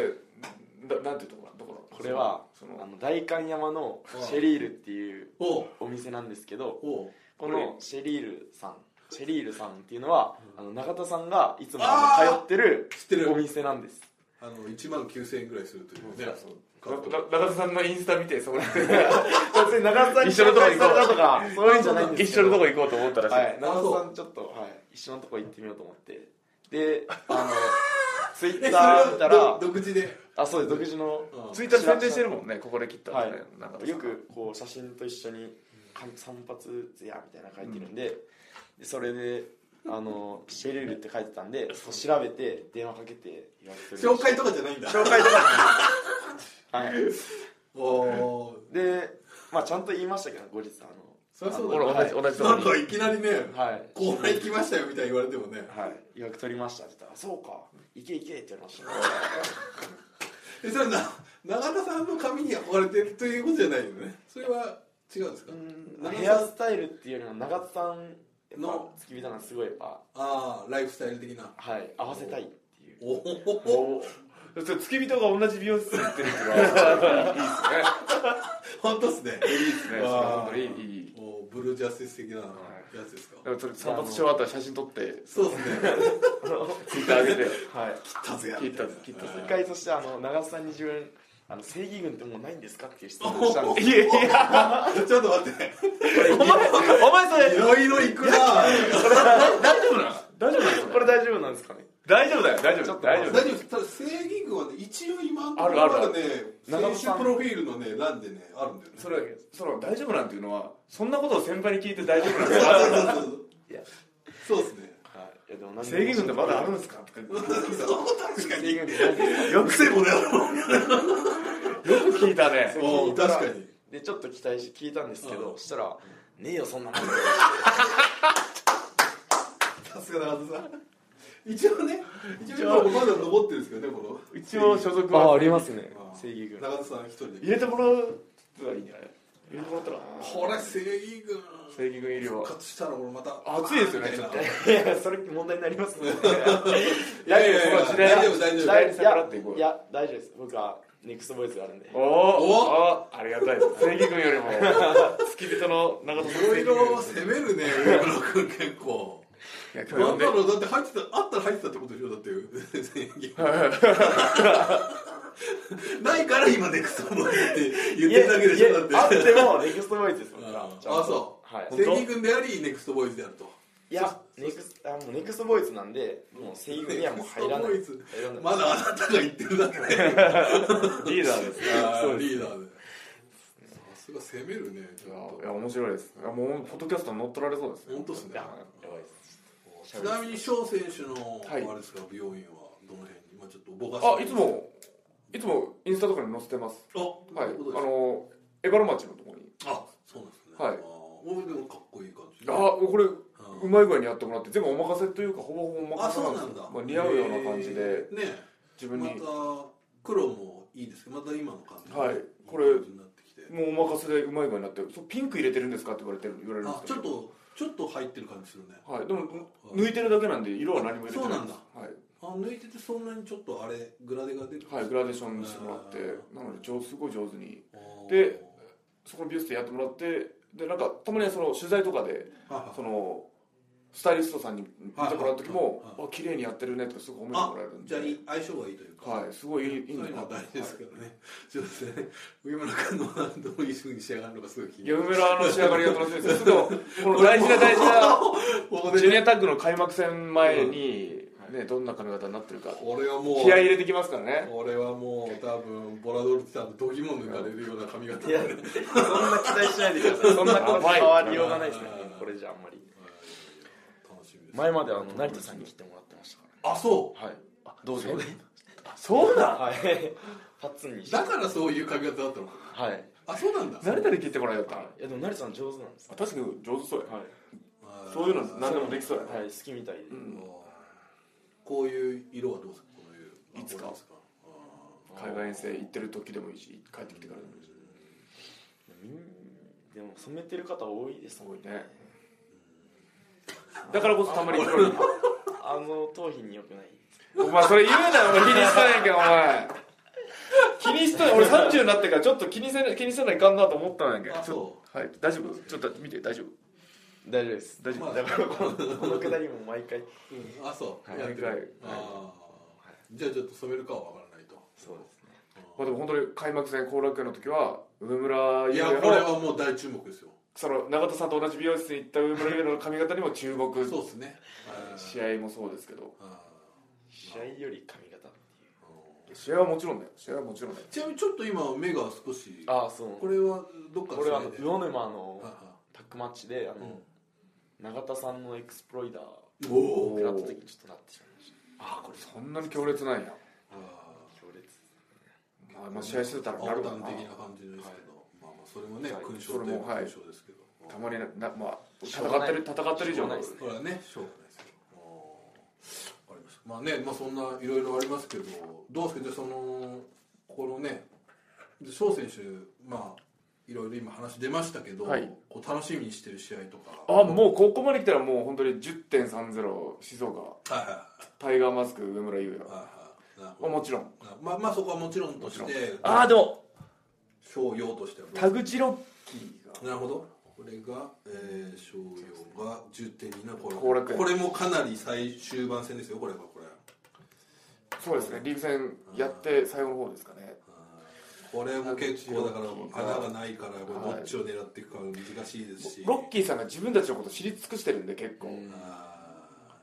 だなんていうところどころこれはそあのの代官山のシェリールっていううおうお店なんですけどおうここれのシェリールさんシェリールさんっていうのはあの中田さんがいつもああーの通ってる知ってるお店なんですあの1万9000円ぐらいするというねなな中田さんのインスタ見てそこに別に 長さんに一緒のとこ行こう紹介されたとかそういうんじゃないんです一け緒どのとこ行こうと思ったらしい、はい長田さんちょっと、はい、一緒のとこ行ってみようと思ってであのツイえッそれターは見たどら独自であそうです独自のうんツイッター宣伝してるもんねここで切ったはのいね、中田さんよくこう写真と一緒に「か散髪ぜや」みたいなの書いてるんで,、でそれであのシェリールって書いてたんでそう調べて電話かけて言われて紹介とかじゃないんだ紹介とか はいおーでまあちゃんと言いましたけど後日あのそりゃそうほだら同ねじは同じとこなんにかいきなりねはいこう行きましたよみたいに言われてもねはい予約取りましたって言ったら「そうか行け行け」って言われましたねえそれな永田さんの髪に憧れてるということじゃないよねそれは違うんですかうん長さヘアスタイルっていうよりは長津さんのの付き人がすごいやっぱああライフスタイル的なはい合わせたいって いうおおそれ付き人が同じ美容室に行ってるっていうの は本当っすねいいですねいいですねそれ本当にいいいいおブルージャスティス的なやつですかだからそれ散髪し終わったら写真撮ってそうですねツイッター上げてはい切ったぜや切ったぜ切った一回そしてあの長津さんに自分あの正義軍ってもうないんですかっていう質問をしたんですいやいやちょっと待ってよ お前お前そいれろいろいくな大丈夫なの大丈夫なのこれ大丈夫なんですかね大丈夫だよ大丈ちょ夫っと大大丈夫丈夫ですただ正義軍はね一応今のとこあるあるろまだね長選野手さんプロフィールのね欄でねあるんだよねそれその大丈夫なんていうのはそんなことを先輩に聞いて大丈夫なんそうそうそうですかいやそうですね。はいいやでも何正義軍ってまだあるんですかとか確か正義軍ってないんですかよくせこのよく聞いたねそう野郎。確かに。でちょっと期待して聞いたんですけうどんそしたら「ねえよそん なもん」さすがださん。一応ね、一応今まだ残ってるんですけどねこ一応所属あはありますねの。正義軍長田さん一人で。入れてもらうのがいいんじゃない入れてもらったらこれ正義軍正義軍入りは復活したら俺また熱いですよねちょっといやそれ問題になります ねいやいやいそのや時代大丈夫大丈い夫大や丈夫逆らっていこうよいや大丈夫です僕はネクストボイスがあるんでおおおありがたいです正義軍よりも付き人の長友さんいろいろ攻めるね上村君結構いや今日な呼んんだでろうだって入ってたあったら入ってたってことでしょだって正義軍 ないから今ネクストボーイって言ってるだけでしいやょいだやってあってもネクストボイスです僕は あちゃんとそはい本正当義軍でありネクストボーイズであるといやネクスあもうネクストボイスなんでもう声優にはもう入らないネクストボ入らないまだあなたが言ってるだ けでリーダーですあそうーですリーダーでさすが攻めるねちいやょっいや面白いですいやもうポッドキャストに乗っ取られそうですと本当っすねややばいですちなみに翔選手のあはいれですか美容院はどの辺に今ちょっとぼかあいつもいつもインスタとかに載せてますあはいあどういうことですかのエバラ町のところにあそうなんですねはいあーおでもかっこいい感じあこれううんまい具合にやってもらって全部お任せというかほぼほぼおあ任せそうでなすんだ、まあ、似合うような感じでえーね自分まにた黒もいいですけどまた今の感じもはいいこれ感じになってきてもうお任せでうまい具合になってるそうピンク入れてるんですかって言われてる言われるんあですけちょっどとちょっと入ってる感じするねはいでも抜いてるだけなんで色は何も入れてないそうなんだはいあ抜いててそんなにちょっとあれグラデが出るはい、グラデーションしてもらってなので上すごい上手にあーでそこの美容室でやってもらってでなんかたまにその取材とかではいはいそのスタイリストさんに見てもらう時もはいはい「あ綺麗にやってるね」とかすごい褒めてあもらえるんでじゃあいい相性がいいというかはいすごいいいいいそんういだうのなはと大事ですけどねちょっとね上村君のどういうふうに仕上がるのかすごい気にいやなる梅村の仕上がりが楽しみ ですけどこの大事な大事ここなジュでニねアタッグの開幕戦前にねどんな髪型になってるかこれはもう気合い入れてきますからね俺はもう多分ボラドルティさんの度肝抜かれるような髪型いやそんな期待しないでくださいそんなこと変わりようがないですねやばいこれじゃあんまり楽しみです前まであの成田さんに切ってもらってましたかあそらねはいあどうぞそうだはい パッツンにしうてだからそういう髪型だったのはいあそうなんだ成田で切ってもらえよったらいやでも成田さん上手なんですあ確かに上手そうやはいそういうの何でもできそうやはい好きみたいでんこういう色はどうですかこういういつかあこうです海外遠征行ってる時でもいいし帰ってきてからでもいいしみんでも染めてる方多いですもんねだからこそたまに 黒いあの頭皮に良くないお前それ言うなよ俺気にしとんやんけお前気にしとんや俺30になってからちょっと気にせな気にせないかんなと思ったんやけどあそはい大丈夫ちょっと見て大丈夫大丈夫です大丈ま夫あだからこのこのくだりも毎回うんあそうはいやってるはいあーじゃあちょっと染めるかは分からないとそうですねまあでも本当に開幕戦後楽園の時は上村い優や也これのはもう大注目ですよその永田さんと同じ美容室に行った上村優也の髪型にも注目そうですねはい試合もそうですけどあ試合より髪型っていうー試合はもちろんだよ試合はもちろんだよちなみにちょっと今目が少しああそうこれはどっかこれはあの繋いで魚沼のはいはタックマッチであうんの永田さんのエクスプロイダーをいおお食らった時にちょっとなってしまいましあーこれそんなに強烈なんやた強烈ですまあまあ試合してたらな青るタわンな的な感じですけど、まあまあそれもねはい勲章といえばそれもはい勲章ですけど、たまにななまあし戦ょうがっなている戦ってる以上しょうがないですこれはねしょうがないですけどあーわかりましたまあねまあそんないろいろありますけどどうですかじゃあそのこのねで翔選手まあいろいろ今話出ましたけど、はいこう楽しみにしてる試合とかあもうここまで来たらもう本当に10.30静岡はいはいタイガーマスク上村優はい也はいなるほあもちろんどまあまあそこはもちろんとしてああでも商用としてはどうですか田口ロッキーなるほどこれが、えー、商用が10.2の後後楽楽園園これもかなり最終盤戦ですよこれはこれがそうですねリーグ戦やって最後の方ですかねこれも結構だから田口穴がないからこれはいどっちを狙っていくかは難しいですし、ロッキーさんが自分たちのこと知り尽くしてるんで結構、うんあー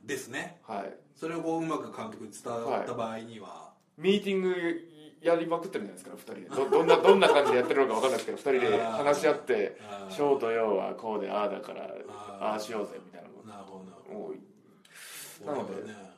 ですねはいそれをこううまく監督に伝わった場合には、ミーティングやりまくってるんじゃないですか2人でどど んなどんな感じでやってるのか分かんないですけど2人で話し合ってあーショーとヨはこうでああだからあーああしようぜみたいなもなるほどなるほの多いどなのこでれはね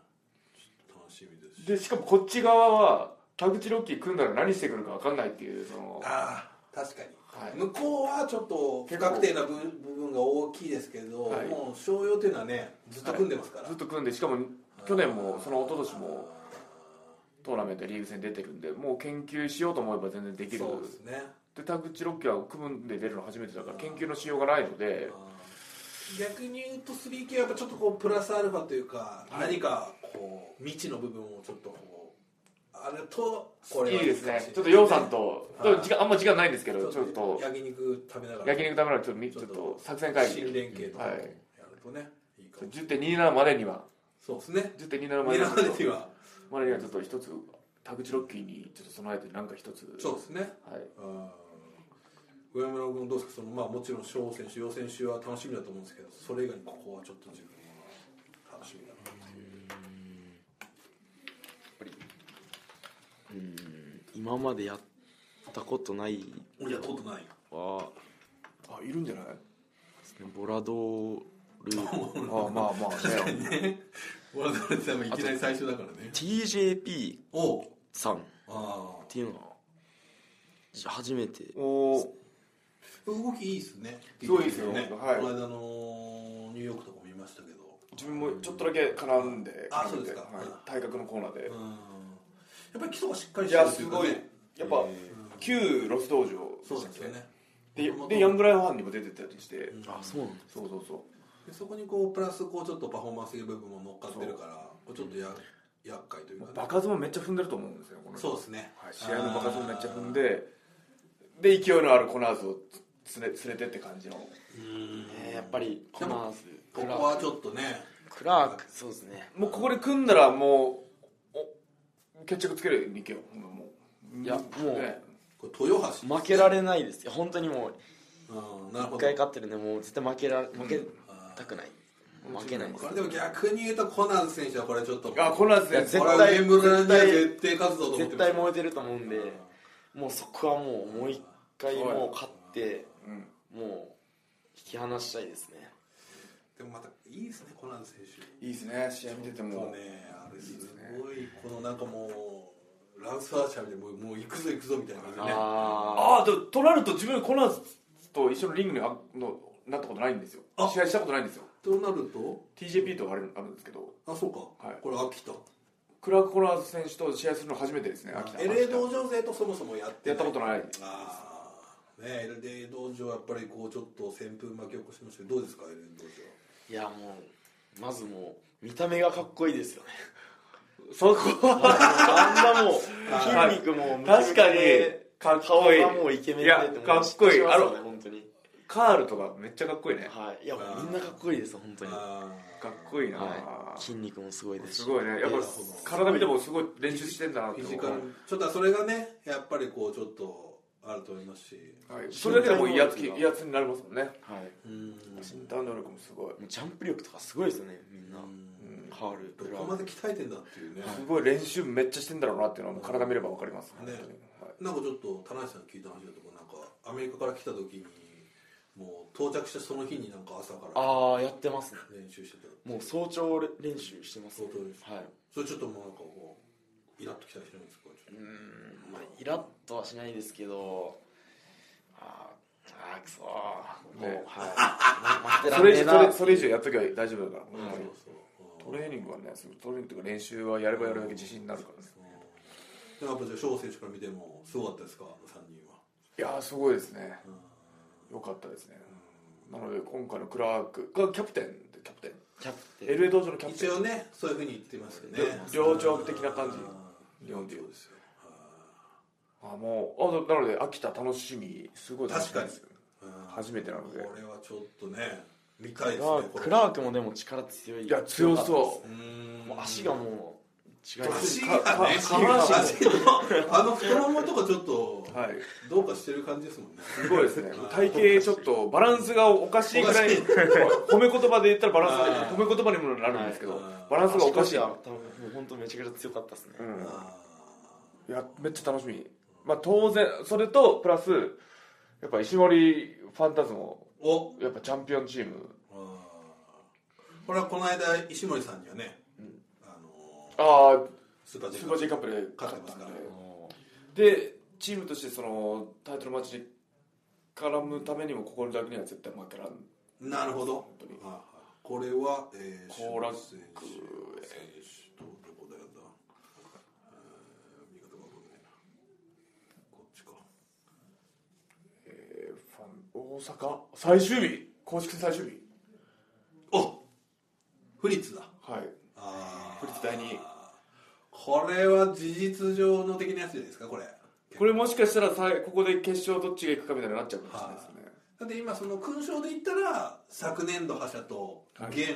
ちょっと楽しみですしでしかもこっち側は田口ロッキー組んだら何してくるか分かんないっていうそのああ確かに、はい向こうはちょっと不確定な部部分が大きいですけど、はいもう商用っていうのはねずっと組んでますから、ずっと組んでしかも去年もその一昨年もトーナメントやリーグ戦出てるんでもう研究しようと思えば全然できるそうですねで田口ロッキーは組んで出るの初めてだから研究のしようがないので逆に言うと 3K はやっぱちょっとこうプラスアルファというか、何かこう未知の部分をちょっとこうあれとこれいはいです難ねしちょっと洋さんねとはいと時間あんま時間ないんですけどちちょょっっとと焼肉食べながら焼肉食べながらちょっとみちちょょっっとと作戦会議新連携とかはやいるとね、い、いかも10.27までにはそうですね10.27までニにラはマネにはまでにはちょっと一つ田口ロッキーにちょっと備えてなんか一つそうですねはいうん上村君どうですかその、まあ、もちろん翔選手、陽選手は楽しみだと思うんですけどそれ以外にここはちょっと自分は楽しみだなっていううん今までやったことない俺やったことないよはあいるんじゃないですねボラドールあまあまあね ね、俺だって多分いきなり最初だからね TJP おうさんっあていうのは初めておーあ動きいいっすねすごいいいっすよね、はいこの間のニューヨークとか見ましたけど自分もちょっとだけ絡んであ絡んそうですかはい体格のコーナーでうんやっぱり基礎がしっかりいしてやるとすいうかごいねやっぱ旧ロス道場そうなんですよねででヤングライファンにも出てたりしてうんあそうなんだそうそうそうでそこにこうプラスこうちょっとパフォーマンスの部分も乗っかってるからこうちょっとや、厄介というか、ね、場数もめっちゃ踏んでると思うんですよこの人そうですね、はい、試合の場数もめっちゃ踏んでで勢いのあるコナーズをつ連れ連れてって感じのうーんえーやっぱりコナーズこクラこーはクちょっとねクラークそうですねもうここで組んだらもうお決着つけるに行けよほんなもういやもうね、これ豊橋、負けられないですよ本当にもううん、なるほ一ど回勝ってるんでもう絶対負けら負けたくない負けないですこれでも逆に言うとコナーズ選手はこれちょっとあコナーズいや選手絶対ゲームランには絶対勝つぞと思って絶ま対す燃えてると思うんでもうそこはもうもう一回もう勝ってうんもう引き離したいですねでもまたいいですねコナーズ選手いいですね試合見ててそうも、ねあれすごいこのなんかもうラウスアーチャーでもうもう行くぞ行くぞみたいな感じでねああああでもとなると自分コナーズと一緒のリングにあのなったことないんですよあ試合したことないんですよとなると TJP とあれあるんですけどあそうか、はいこれ秋田クラーク・コナーズ選手と試合するの初めてですね秋田 LA 道場勢とそもそもやってやったこといないああね LA 道場はやっぱりこうちょっと旋風巻き起こしましたけどどうですか LA 道いやもうまずもう見た目がかっこいいです よねそこはあんなもうはい筋肉もムキムキ確かにでかっ顔こいいがもうイケメンでってもういやかっこいい嫉妬しますよあねの本当にカールとかめっちゃかっこいいねはいいやもうみんなかっこいいです本当場にはああかっこいいな、い筋肉もすごいですしすごいねやっぱ体見てもすごい練習してんだなってフィ思うジカルちょっとそれがねやっぱりこうちょっとあると思いますしはい、それだけでも威圧き威圧になりますもんねはいもうん身体能力もすごいうジャンプ力とかすごいですよねみんなうんハールどブラこウまンで鍛えてんだっていうねすごい練習めっちゃしてんだろうなっていうのはもう体見ればわかります、本ね当にはいなんかちょっと田中さんに聞いた話だとなんかアメリカから来た時にもう到着したその日になんか朝からああやってますね練習してたもう早朝練習してますね早朝練習はいそれちょっともうなんかこうイラッときたりしないんですかちょっとうーんまあイラッとはしないですけどあーあーくそーもう、ね はいそれ以負け上らそんれそれねえな以上やっときゃ大丈夫だから、本うんそうそう当にトレーニングはねすごいトレーニングとか練習はやればやるだけ自信になるからねでもやっぱじゃあ翔選手から見てもすごかったですかあの3人はいやーすごいですねうんよかったですねなので今回のクラークがキャプテンでキャプテンキャプテン LA 道場のキャプテ一ン応ねそういうふうに言ってますよね両両長的な感じうん日本で両言う長ですよあもうあなので秋田楽しみすごい楽しみですようん初めてなのでこれはちょっとね見たいですねあーこれクラークもでも力強いいや強そうーんもう足がもう違います足がねかか足が足のあの太ももとかちょっとうはいどうかしてる感じですもんねすごいで すね体型ちょっとバランスがおかしいぐらいお褒め言葉で言ったらバランスあーで褒め言葉にもなるんですけどはいバランスがおかしい足腰は多分もう本当めちゃくちゃ強かったですね、うんあいやめっちゃ楽しみまあ当然それとプラスやっぱ石森ファンタズムーおやっぱチャンピオンチームあーこれはこの間石森さんにはね、あのーああスーパージスーェンパガー J カップで勝ってますからでチームとしてそのタイトルマッチに絡むためにもここだけには絶対負けらんなるほど当にはいはいこれは、えー、コーラス選手選手とどこだよな、えー、見方が分かんないなこっちか大阪最終日公式戦最終日お不立だはいあ不立第二位これは事実上の的なやつじゃないですかこれこれもしかしたらさいここで決勝どっちが行くかみたいになっちゃうかもしれないですねだって今その勲章で言ったら昨年度覇者とはい現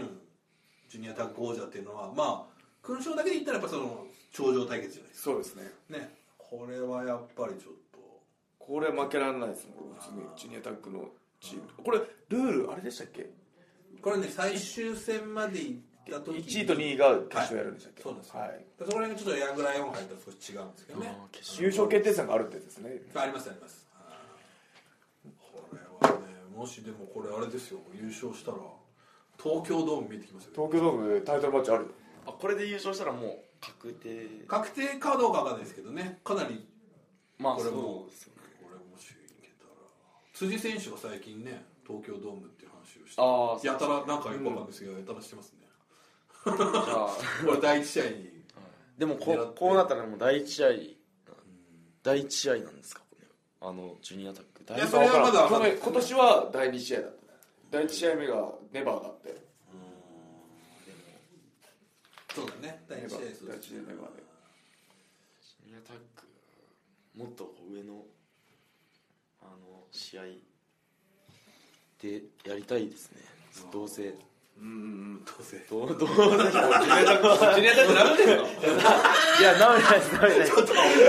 ジュニアタッグ王者っていうのはまあ勲章だけで言ったらやっぱその頂上対決じゃないでそうですねすかねこれはやっぱりちょっとこれ負けられないですもん普通にジュニアタックのチームこれルールあれでしたっけこれね最終戦まで行った時に1位と2位が決勝やるんでしたっけ、はいそうですはい、そこら辺がちょっとヤングライオン入ったら少し違うんですけどね優勝決定戦があるってやつですねありますありますこれはねもしでもこれあれですよ優勝したら東京ドーム見えてきますよ東京ドームでタイトルマッチあるあこれで優勝したらもう確定確定かどうかわかんないですけどねかなりまあこれそもうですよねこれもしいけたら辻選手が最近ね東京ドームっていう話をしてああやたらなんかよくわかんないですけど、やたらしてますね じゃあこれ第一試合にでもこ狙っうてこうなったらもう第一試合第一試合なんですかこれあのジュニアタック第いやそれはまだ去年今年は第2試合だった第1試合目がネバーだってそうだね第一試合そう第で一す試合ね目までジュニアタックもっとこう上のあの試合でやりたいですねどうせうんうんどうせ どうどうジュせニアタックなめてんのいや、なめないです、なめない です。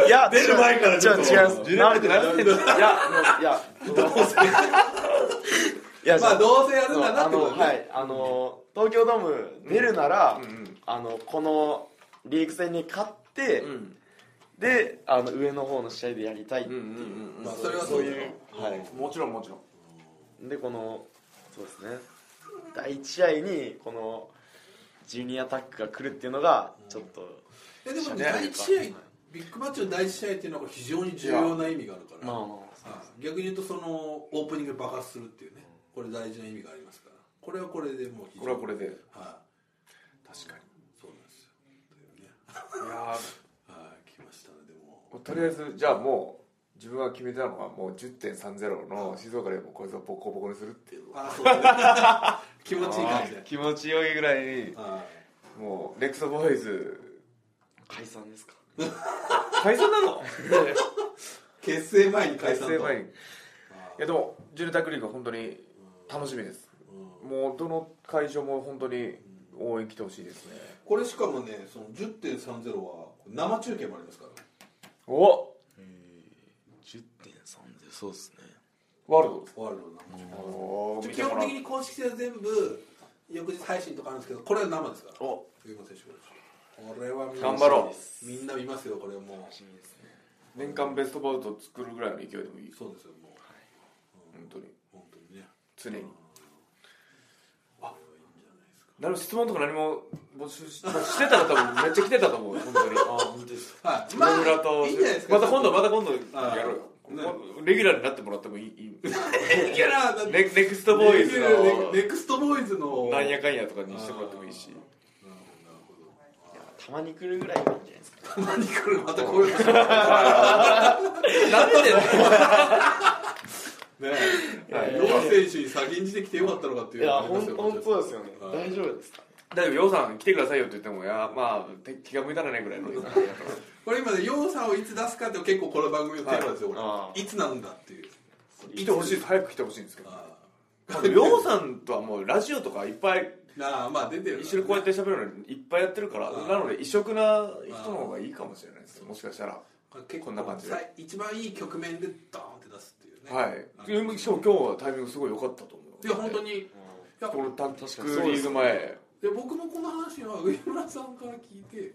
いや、出る前からちちょょっっとと違います。なめてない。いや、もういや、どうせ。い や、まあうどうせやるんだなあってこの、とねはい、あの、東京ドーム出るなうらんうん、あの、このリーグ戦に勝ってう、んで、あの、上の方の試合でやりたいってうんういんう。うんまあそれはそうだよそういうはいもちろんもちろんで、この、そうですね。第1試合に、この、ジュニアタックが来るっていうのが、ちょっと、えでもじゃあ第一試合ビッグマッチの第一試合っていうのは非常に重要な意味があるから、まあまはい逆に言うとそのオープニングで爆発するっていうねこれ大事な意味がありますからこれはこれでもう非常にこれはこれではい確かにそうなんですよというねいやはい来ましたねでもーとりあえずじゃあもう自分が決めたのはもう10.30の静岡でもうこいつをボコボコにするっていうあそうだね 気持ちいい感じで気持ちよいぐらいにはもうレクソボーイズあ、解散ですか。解散なのい結成前に 解結散成と前にいあーやでもジュニアタックリーグは本当に楽しみですうんもうどの会場も本当に応援来てほしいですねこれしかもねその10.30は生中継もありますからお10.3で、そうですね。ワールドですワールドの生中継おー見基ても本ら的うに公式戦は全部翌日配信とかあるんですけどこれは生ですからお藤本選手これはみんな頑張ろみんな見ますよこれも楽しみですね。う年間ベストバウト作るぐらいの勢いでもいいうそうですよもう本当に本当にね常にこれはいいんじゃないですか何も質問とか何も募集ししてたら多分めっちゃ来てたと思う本当にあ、本当ですか。はい今村といいんじゃないですかまた今度また今度やろうあーよこレギュラーになってもらってもいいいい レギュラーだってネネクストボーイズレギュラーネのクストボーイズのなんやかんやとかにしてもらってもいいしなるほどなるたまに来るぐらいがいいんじゃないですか。ほどたまに来るまたこうい うのねなんでだよえヨウ選手に先んじてきてよかったのかっていいうのや、がありま本すよ当そうですよね。はい大丈夫ですか。大丈夫、ようさん来てくださいよって言っても、いや、まあ、て気が向いたらねぐらいの。これ今ねヨウさんをいつ出すかって結構この番組のテーマですよこれあいつなんだっていう来てほしいです、早く来てほしいんですけど。あまあでもようさんとはもうラジオとかいっぱいーなあまあ出てるからね一緒にこうやって喋るのいっぱいやってるからうんなので異色な人の方がいいかもしれないですもしかしたら結構こんな感じでさ一番いい局面でドーンって出すっていうねはいでも今い日今日はタイミングすごい良かったと思ういや本当にいやこのタッ確クかにそうリでーすグね前で僕もこの話は上村さんから聞いて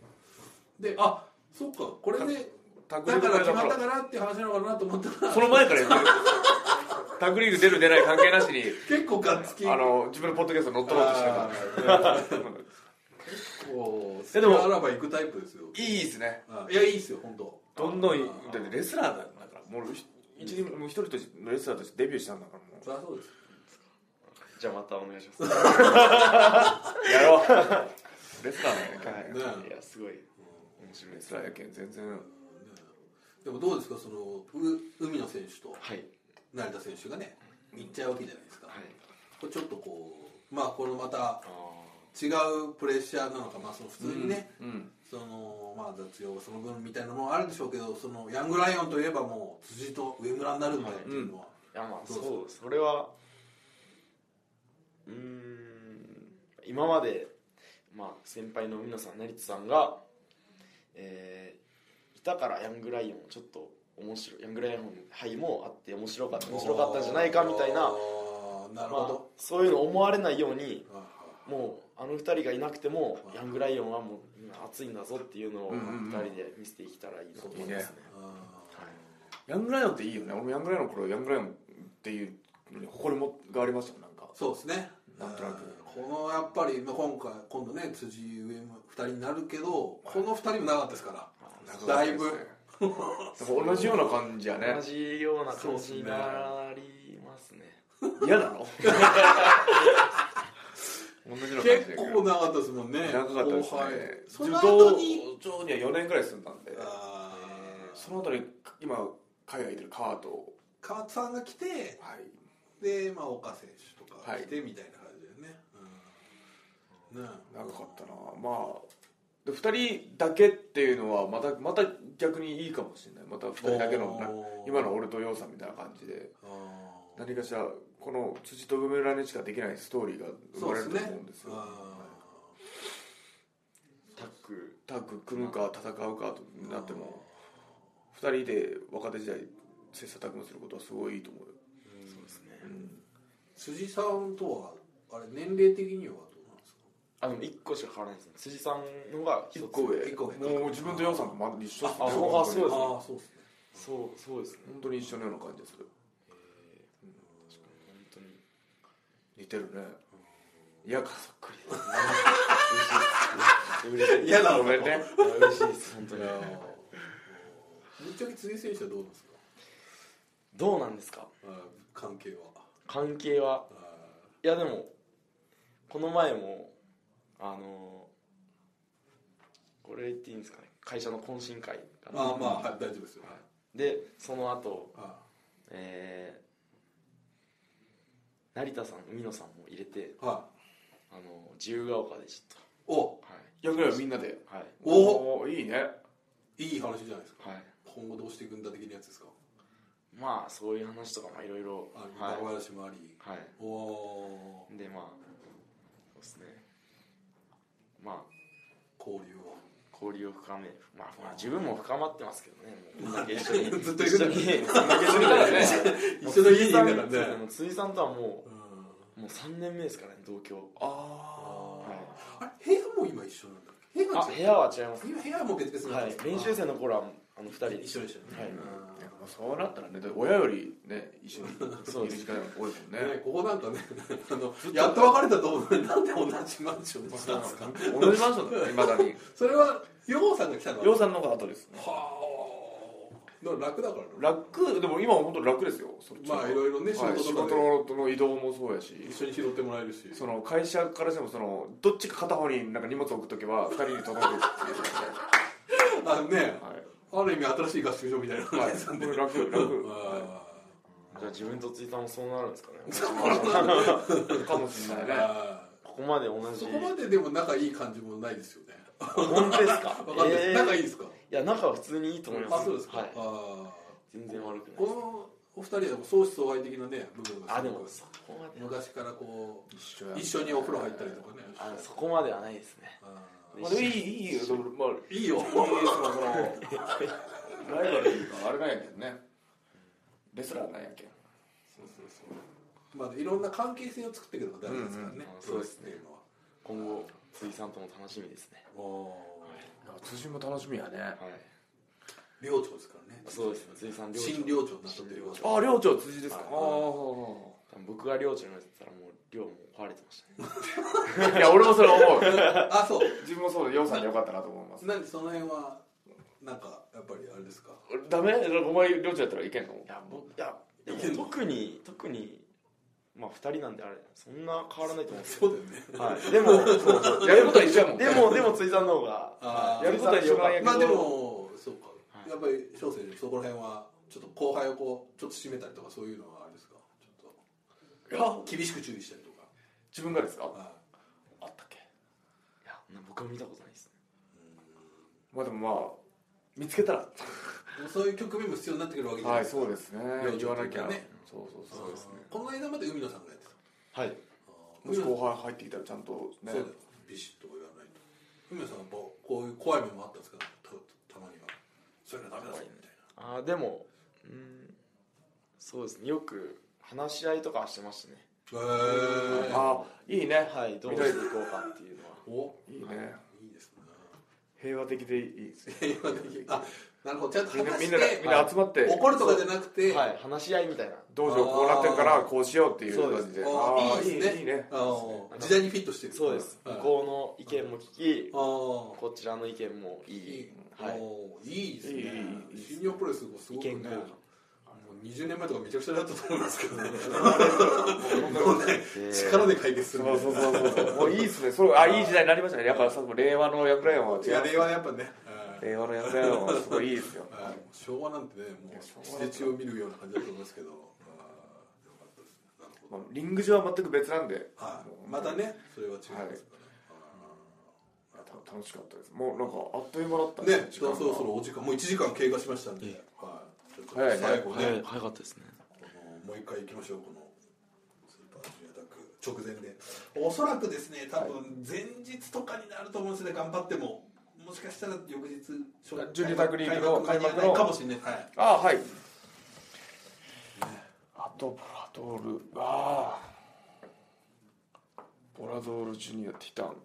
であそっかこれでタックリだーグか前ら決だまかったらからっていう話なのかなと思ったらその前からやってるタックリーグ出る出ない関係なしに結構がっつきあの自分のポッドキャスト乗っ取ろうとしなかっあたーこうえででももあらば行くタイプですよいいですねあいやいいっすよ本当どんどんだってレスラーだからもう一人もう一人としてレスラーとしてデビューしたんだからもそりゃそうですじゃあ、またお願いします。うやろうレスラーだねねいや、すごい。面白いレです。スラーやけん全然でもどうですかそのう海野選手とはい。成田選手がね行っちゃうわけじゃないですか、はいこれちょっとこうまあこのまたあ違うプレッシャーなのかまあその普通にね、うんそのまあ雑用がその分みたいなのもあるんでしょうけどそのヤングライオンといえばもう辻と上村になるまでっていうのは、いやまあどうぞそうそれはうーん今まで、まあ、先輩の皆さん成田さんが、えーいたからヤングライオンちょっと面白いヤングライオン杯もあって面白かった面白かったんじゃないかみたいなあーなるほまあど、そういうの思われないようにあもうあの二人がいなくてもヤングライオンはもう今熱いんだぞっていうのをうんうんうん二人で見せていけたらいいなと思いますね。ーあヤングライオンっていいよね俺もヤングライオンの頃ヤングライオンっていうのに誇りもがありましたもんなんかーそうですねなんとなくうんこのやっぱりまあ今回今度ね辻上村2人になるけどこの2人もなかったですからだいぶなんか同じような感じやね 同じような感じになりますね嫌なの同じような感じやけ結ど構長かったですもんね長かったですね後輩そ柔の道後に場には4年ぐらい住んだんであーその後に今海外いてるカート川津さんが来てはいで、まあ、岡選手とか来てみたいな感じだよね、うんねえ長かったなまあで2人だけっていうのはまたまた逆にいいかもしれないまた2人だけのなおー今の俺と洋さんみたいな感じであー何かしらこの辻と梅村にしかできないストーリーが生そまうれでるすとね思うんですよあタックタッグ組むか戦うかとなっても2人で若手時代切磋琢磨することはすごいいいと思うよ、そうですねうんー辻さんとはあれ年齢的にはどうなんですかあでも1個しか変わらないですね辻さんのが一つ1個上一個上もう自分と洋さんとま一緒っすねあそうあそうですねああそうですねそうそうですね本当に一緒のような感じでするえー確かに本当に似てるね嫌かそっくりです嬉しいです嬉しいです嫌だろごめんね嬉しいです本当にいやーぶっちゃけ辻選手はどうなんですかどうなんですかあー関係は関係はあいやでもこの前もあのこれ言っていいんですかね会社の懇親会かーなあーまあ、はい、大丈夫ですよ、はいでその後あえー成田さん海野さんも入れてーはあの自由が丘でちょい、おっとやぐらいはみんなではいおーいいねいい話じゃないですかはいはい今後どうしていくんだ的なやつですかまあそういう話とかまあいろいろあはいの、小林もあり、はいおおでまあそうですねまあ交流を交流を深めまあ、まあ、自分も深まってますけどねもうこんだけ一緒 にずっといるんだ一緒にこんだけ一緒にいたらね 一緒の家にいるからねもう辻さんそうですもう辻さんとはもうんうもう3年目ですからね同居あはいあれ部屋も今一緒なんだ部屋あが部違う屋は違います今部屋も別々はなんでいす、練習生の頃はあの2人あ一緒でしたよね、はいあうんそうなったらねだって親よりね一緒にいる時そうです間が多いもん ねね、ここなんかねあのやっと別れたと思うのになんで同じマンションにしたんですか同じマンションだねいまだにそれはヨウさんが来たの洋さんの方が後ですねはあだから楽だからね楽でも今は本当に楽ですよそっちのまあいろいろね仕はい仕事とかで事の移動もそうやし一緒に拾ってもらえるしその会社からしてもそのどっちか片方になんか荷物置くときは二人に届 くっていうあねはいある意味新しい合宿所みたいなはい感じなんで、これ楽楽あじゃあ自分と辻さんもそうなるんですかねかもしれないーねあここまで同ーじそこまででも仲いい感じもないですよね本当ですかわかんないです、えー仲いいですかいや仲は普通にいいと思いますあそうですか、はいあー全然悪くないこのお二人はでも相思相愛的なね部分があすでごもくそこまで昔からこう一緒や一緒にお風呂入ったりとかねあそこまではないですねあまあでもいいいいよでもまあーいいよいいそのそのライバルというかあれなんやけどねレスラーなんやけんまあいろんな関係性を作っていくのが大事ですからうんうねんあープロレスっていうのは今後辻さんとも楽しみですねお辻も楽しみやねはいー寮長ですからねそうですね辻さん寮新長寮長になったっていうことああ寮長辻ですかはああい多分僕が寮長になってたらもう寮も壊れてましたねいや俺もそれ思う あそう自分もそうで洋さんでよかったなと思いますなんでその辺はなんかやっぱりあれですかダメお前寮長やったらいけんのいや僕いやでも特に特にまあ2人なんであれそんな変わらないと思うんですけそうだよねど、はい、でもやることは一緒やもんでもでも辻さんの方があーやることは一緒なんやけどまあでもそうか、はいやっぱり翔選手そこら辺はちょっと後輩をこうちょっと締めたりとかそういうのはあれですかちょっとや厳しく注意したりとか自分がですかはあったっけいや僕は見たことないですねまあでもまあ見つけたらいもうそういう局面も必要になってくるわけじゃないはいですか、そうですねい言わなきゃねそうそうそうですねあーこの間まで海野さんがやってたはいもし後輩入ってきたらちゃんとねそうだよビシッと言わないと海野さんはやっぱこういう怖い面もあったんですかたたまにはそういうのはダメだぞみたいあーでもうんそうですねよく話し合いとかはしてましたねなへえあいいねはいどうしていこうかっていうのはおいいねいいですね平和的でいいですね平和的あなるほどちゃんとみんな話みんしなてみんな集まって怒るとかじゃなくて、はい話し合いみたいな道場こうなってるからこうしようっていう感じであああーいいですねいいねあの時代にフィットしてるそうですは向いこうの意見も聞きああこちらの意見もいいいい、ははいい、いいですねいいいいいい新日本プロレスがす意ごくね見があの20年前とかめちゃくちゃだったと思いますけどねそもうね力で解決するみたいうなそうそうそうそうもういいですねそうあいい時代になりましたねやっぱさ令和の役ライオンは違いやう令和やっぱねうん令和の役ライオンはすごいいいですよあの昭和なんてねもいやう昭和血だで血を見るような感じだと思いますけどああよかったですねなるほ どまあリング上は全く別なんではいまたねそれは違いますからねた楽しかったですもうなんかあっという間だったああね時そ間がろそろお時間もう1時間経過しましたんではいちょっと最後ね早かったですねこのもう一回行きましょうこのスーパージュニアタック直前でおそらくですね多分前日とかになると思うんですね頑張ってももしかしたら翌日ジュニアタックリーグの開幕間に合わないかもしれないはいああはいあとボラドールああボラドールジュニアティタン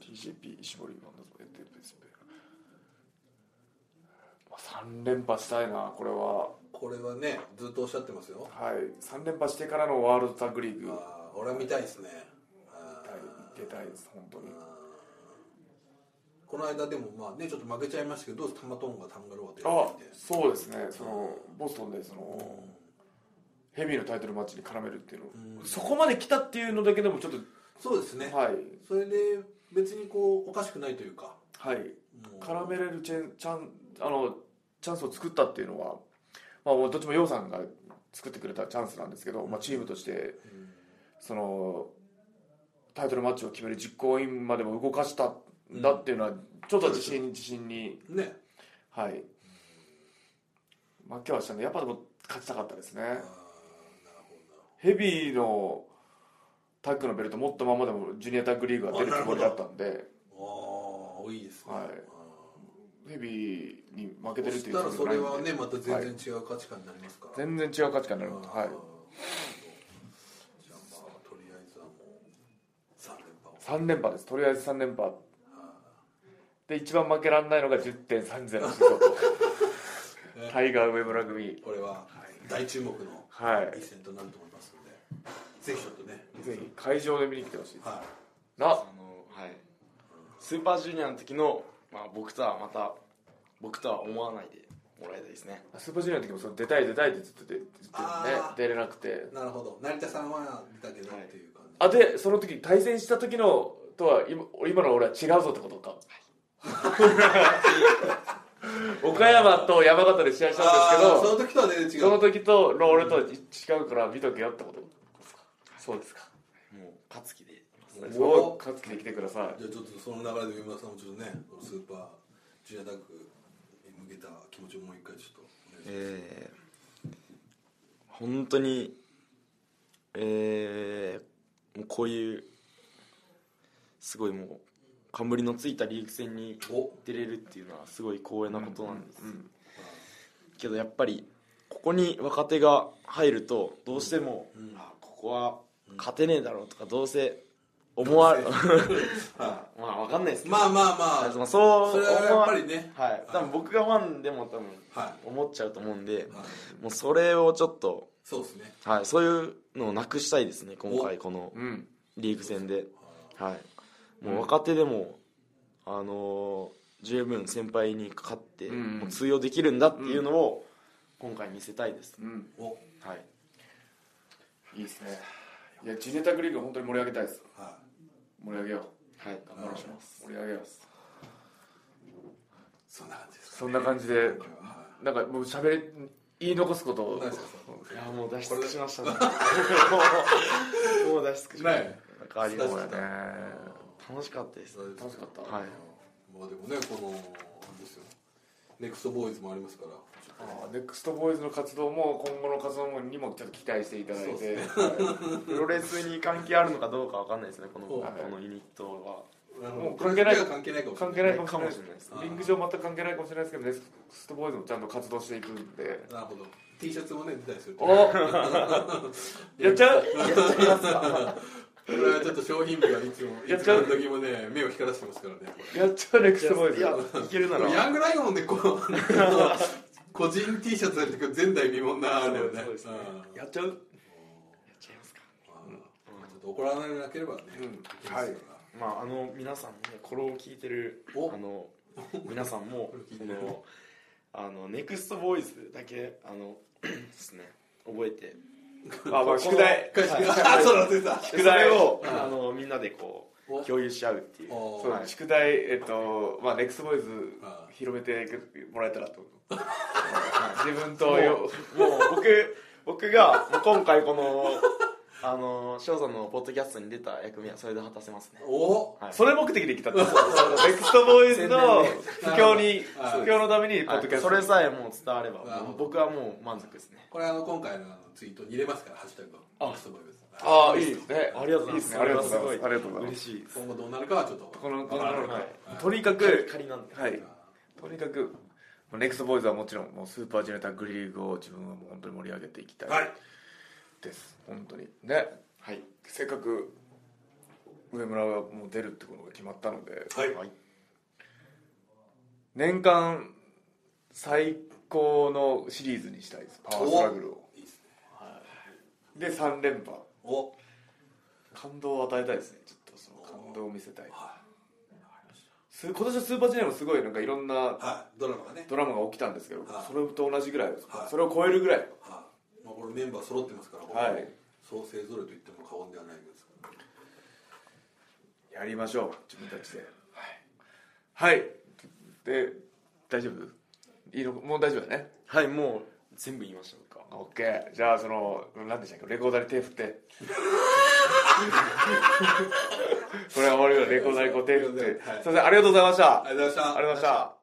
TJP 石森バンドズエテペスペまあ3連覇したいなこれはこれはねずっとおっしゃってますよはい3連覇してからのワールドタッグリーグあー俺は見たいですねあー出たいです本当にこの間でもまあねちょっと負けちゃいましたけどどうですタマトンがタンガローであてそうですねそのボストンでそのヘビーのタイトルマッチに絡めるっていうのそこまで来たっていうのだけでもちょっとそうですね、はいそれで別にこうおかしくないというかはいもう絡めれるチェンチャンあのチャンスを作ったっていうのは、まあ、もうどっちも楊さんが作ってくれたチャンスなんですけど、まあ、チームとしてそのタイトルマッチを決める実行委員までも動かしたんだっていうのは、ちょっと自信自信にねはい負けはしたんでやっぱでも勝ちたかったですねあーなるほどヘビーのタッグのベルト持ったままでもジュニアタッグリーグが出るつもりだったんでああいいですね、はいヘビーに負けてそるっていしうたらつそもれりないはんねでまた全然違う価値観になりますから、全然違う価値観になりますはいあーじゃあまあとりあえずはもう3連覇を3連覇ですとりあえず3連覇で一番負けられないのが10.30のショ ットタイガー上村組これは大注目のは一戦となると思いますので、ぜひちょっとねいぜひ会場で見に来てほしいですはなあのはいスーパージュニアの時の、まあ、僕とはまた僕とは思わないでもらいたいですねスーパージュニアの時もその出たい出たいってずっと出てねあー出れなくていなるほど成田さんはだけどっていう感じ、あでその時対戦した時のとは今今の俺は違うぞってことか 岡山と山形で試合したあんーですその時とは全け然ど違そうの時との俺とは違うから見とけよってことそうですかもう勝つ気でいますもう勝つ気で来てくださいじゃあちょっとその流れで上村さんもちょっとねこのスーパージュニアタッグに向けた気持ちをもう一回ちょっとお願いしますえー、本当にえー、もうこういうすごいもう冠のついたリーグ戦にお出れるっていうのはすごい光栄なことなんです、んけどやっぱりここに若手が入るとどうしても、んあここは勝てねえだろうとかどうせ思われ は まあ分かんないですけど、まあまあままああ、そうそれはやっぱりね思わはい多分僕がファンでも多分は思っちゃうと思うんで、い、はい、もうそれをちょっと、そうですねはい、そういうのをなくしたいですね今回このうんリーグ戦で、はい、もう若手でも、あのー十分先輩に勝って、うんもう通用できるんだっていうのを今回見せたいです、うんおはいいいですねいやジュニアタッグリーグ本当に盛り上げたいですは盛り上げようはいいお願いしま盛り上げようそんな感じですそんな感じではいなんかもう喋り言い残すことを何ですかですいよやもう脱出しま したねもうもう脱出しましたねなんかありまそうしだたね楽しかったです楽しかったはいまあでもねこのあれですよネクストボーイズもありますからあーネクストボーイズの活動も今後の活動にもちょっと期待していただいて、そうではプロレスに関係あるのかどうかわかんないですねこのそうこのユニットはもう関係ない関係ないかもしれ関係ないかもしれないですあーいリング上全く関係ないかもしれないですけどネクストボーイズもちゃんと活動していくんでなるほど T シャツもね出たりするとおやっちゃうこれはちょっと商品部がいつもやいっつちゃもうの時もね目を光らせてますからねこやっちゃうネクストボーイいズやいけるなれらヤングライオンでこの個人 T シャツだと前代未聞なあれだよねそうですねうんやっちゃうやっちゃいますかまあちょっと怒られなければね、うんですからはいまああの皆さんもねこれを聞いてるおあの皆さんもこれ聞い こてるのあのネクストボーイズだけあの ですね覚えてあまあ宿題一回してあそうだ忘れてた宿題それをうんあのみんなでこおう共有し合うっていうおそうはい宿題えっとまあネクストボーイズあー広めてもらえたらと思う自分とよもう僕僕がもう今回このあの翔さんのポッドキャストに出た役目はそれで果たせますねおはいそれ目的で来たってネクストボーイズの宣不況に不はい況のためにポはッドキャいストそれさえもう伝わればなるほど僕はもう満足ですねこれあの今回のあのツイートに入れますからハッシュタグをあそう思いますああいいですねありがとうございますですねありがとうございますそれはすあごいりがとうございま嬉すしいです今後どうなるかはちょっとこのこのはいとにか仮く仮なんではいとにかくネクストボーイズはもちろんもうスーパージェネターグリーグを自分はもう本当に盛り上げていきたいはいです、本当にねはいせっかく上村がもう出るってことが決まったのではいはい年間最高のシリーズにしたいですパワーストラグルをいいですねで3連覇お感動を与えたいですねちょっとその感動を見せたいはす今年のスーパージェネもすごいなんかいろんないはいドラマがねドラマが起きたんですけどはいそれと同じぐらいはいそれを超えるぐらいはいまあこれメンバー揃ってますからはいそう勢ぞろいと言っても過言ではないですからやりましょう自分たちではい、はい、で大丈夫いいのもう大丈夫だねはいもう全部言いましょうかオッケーじゃあその何でしたっけレコーダーに手 振ってこれは終わるよレコーダーにこう手振って、はいすいませんありがとうございましたありがとうございましたありがとうございました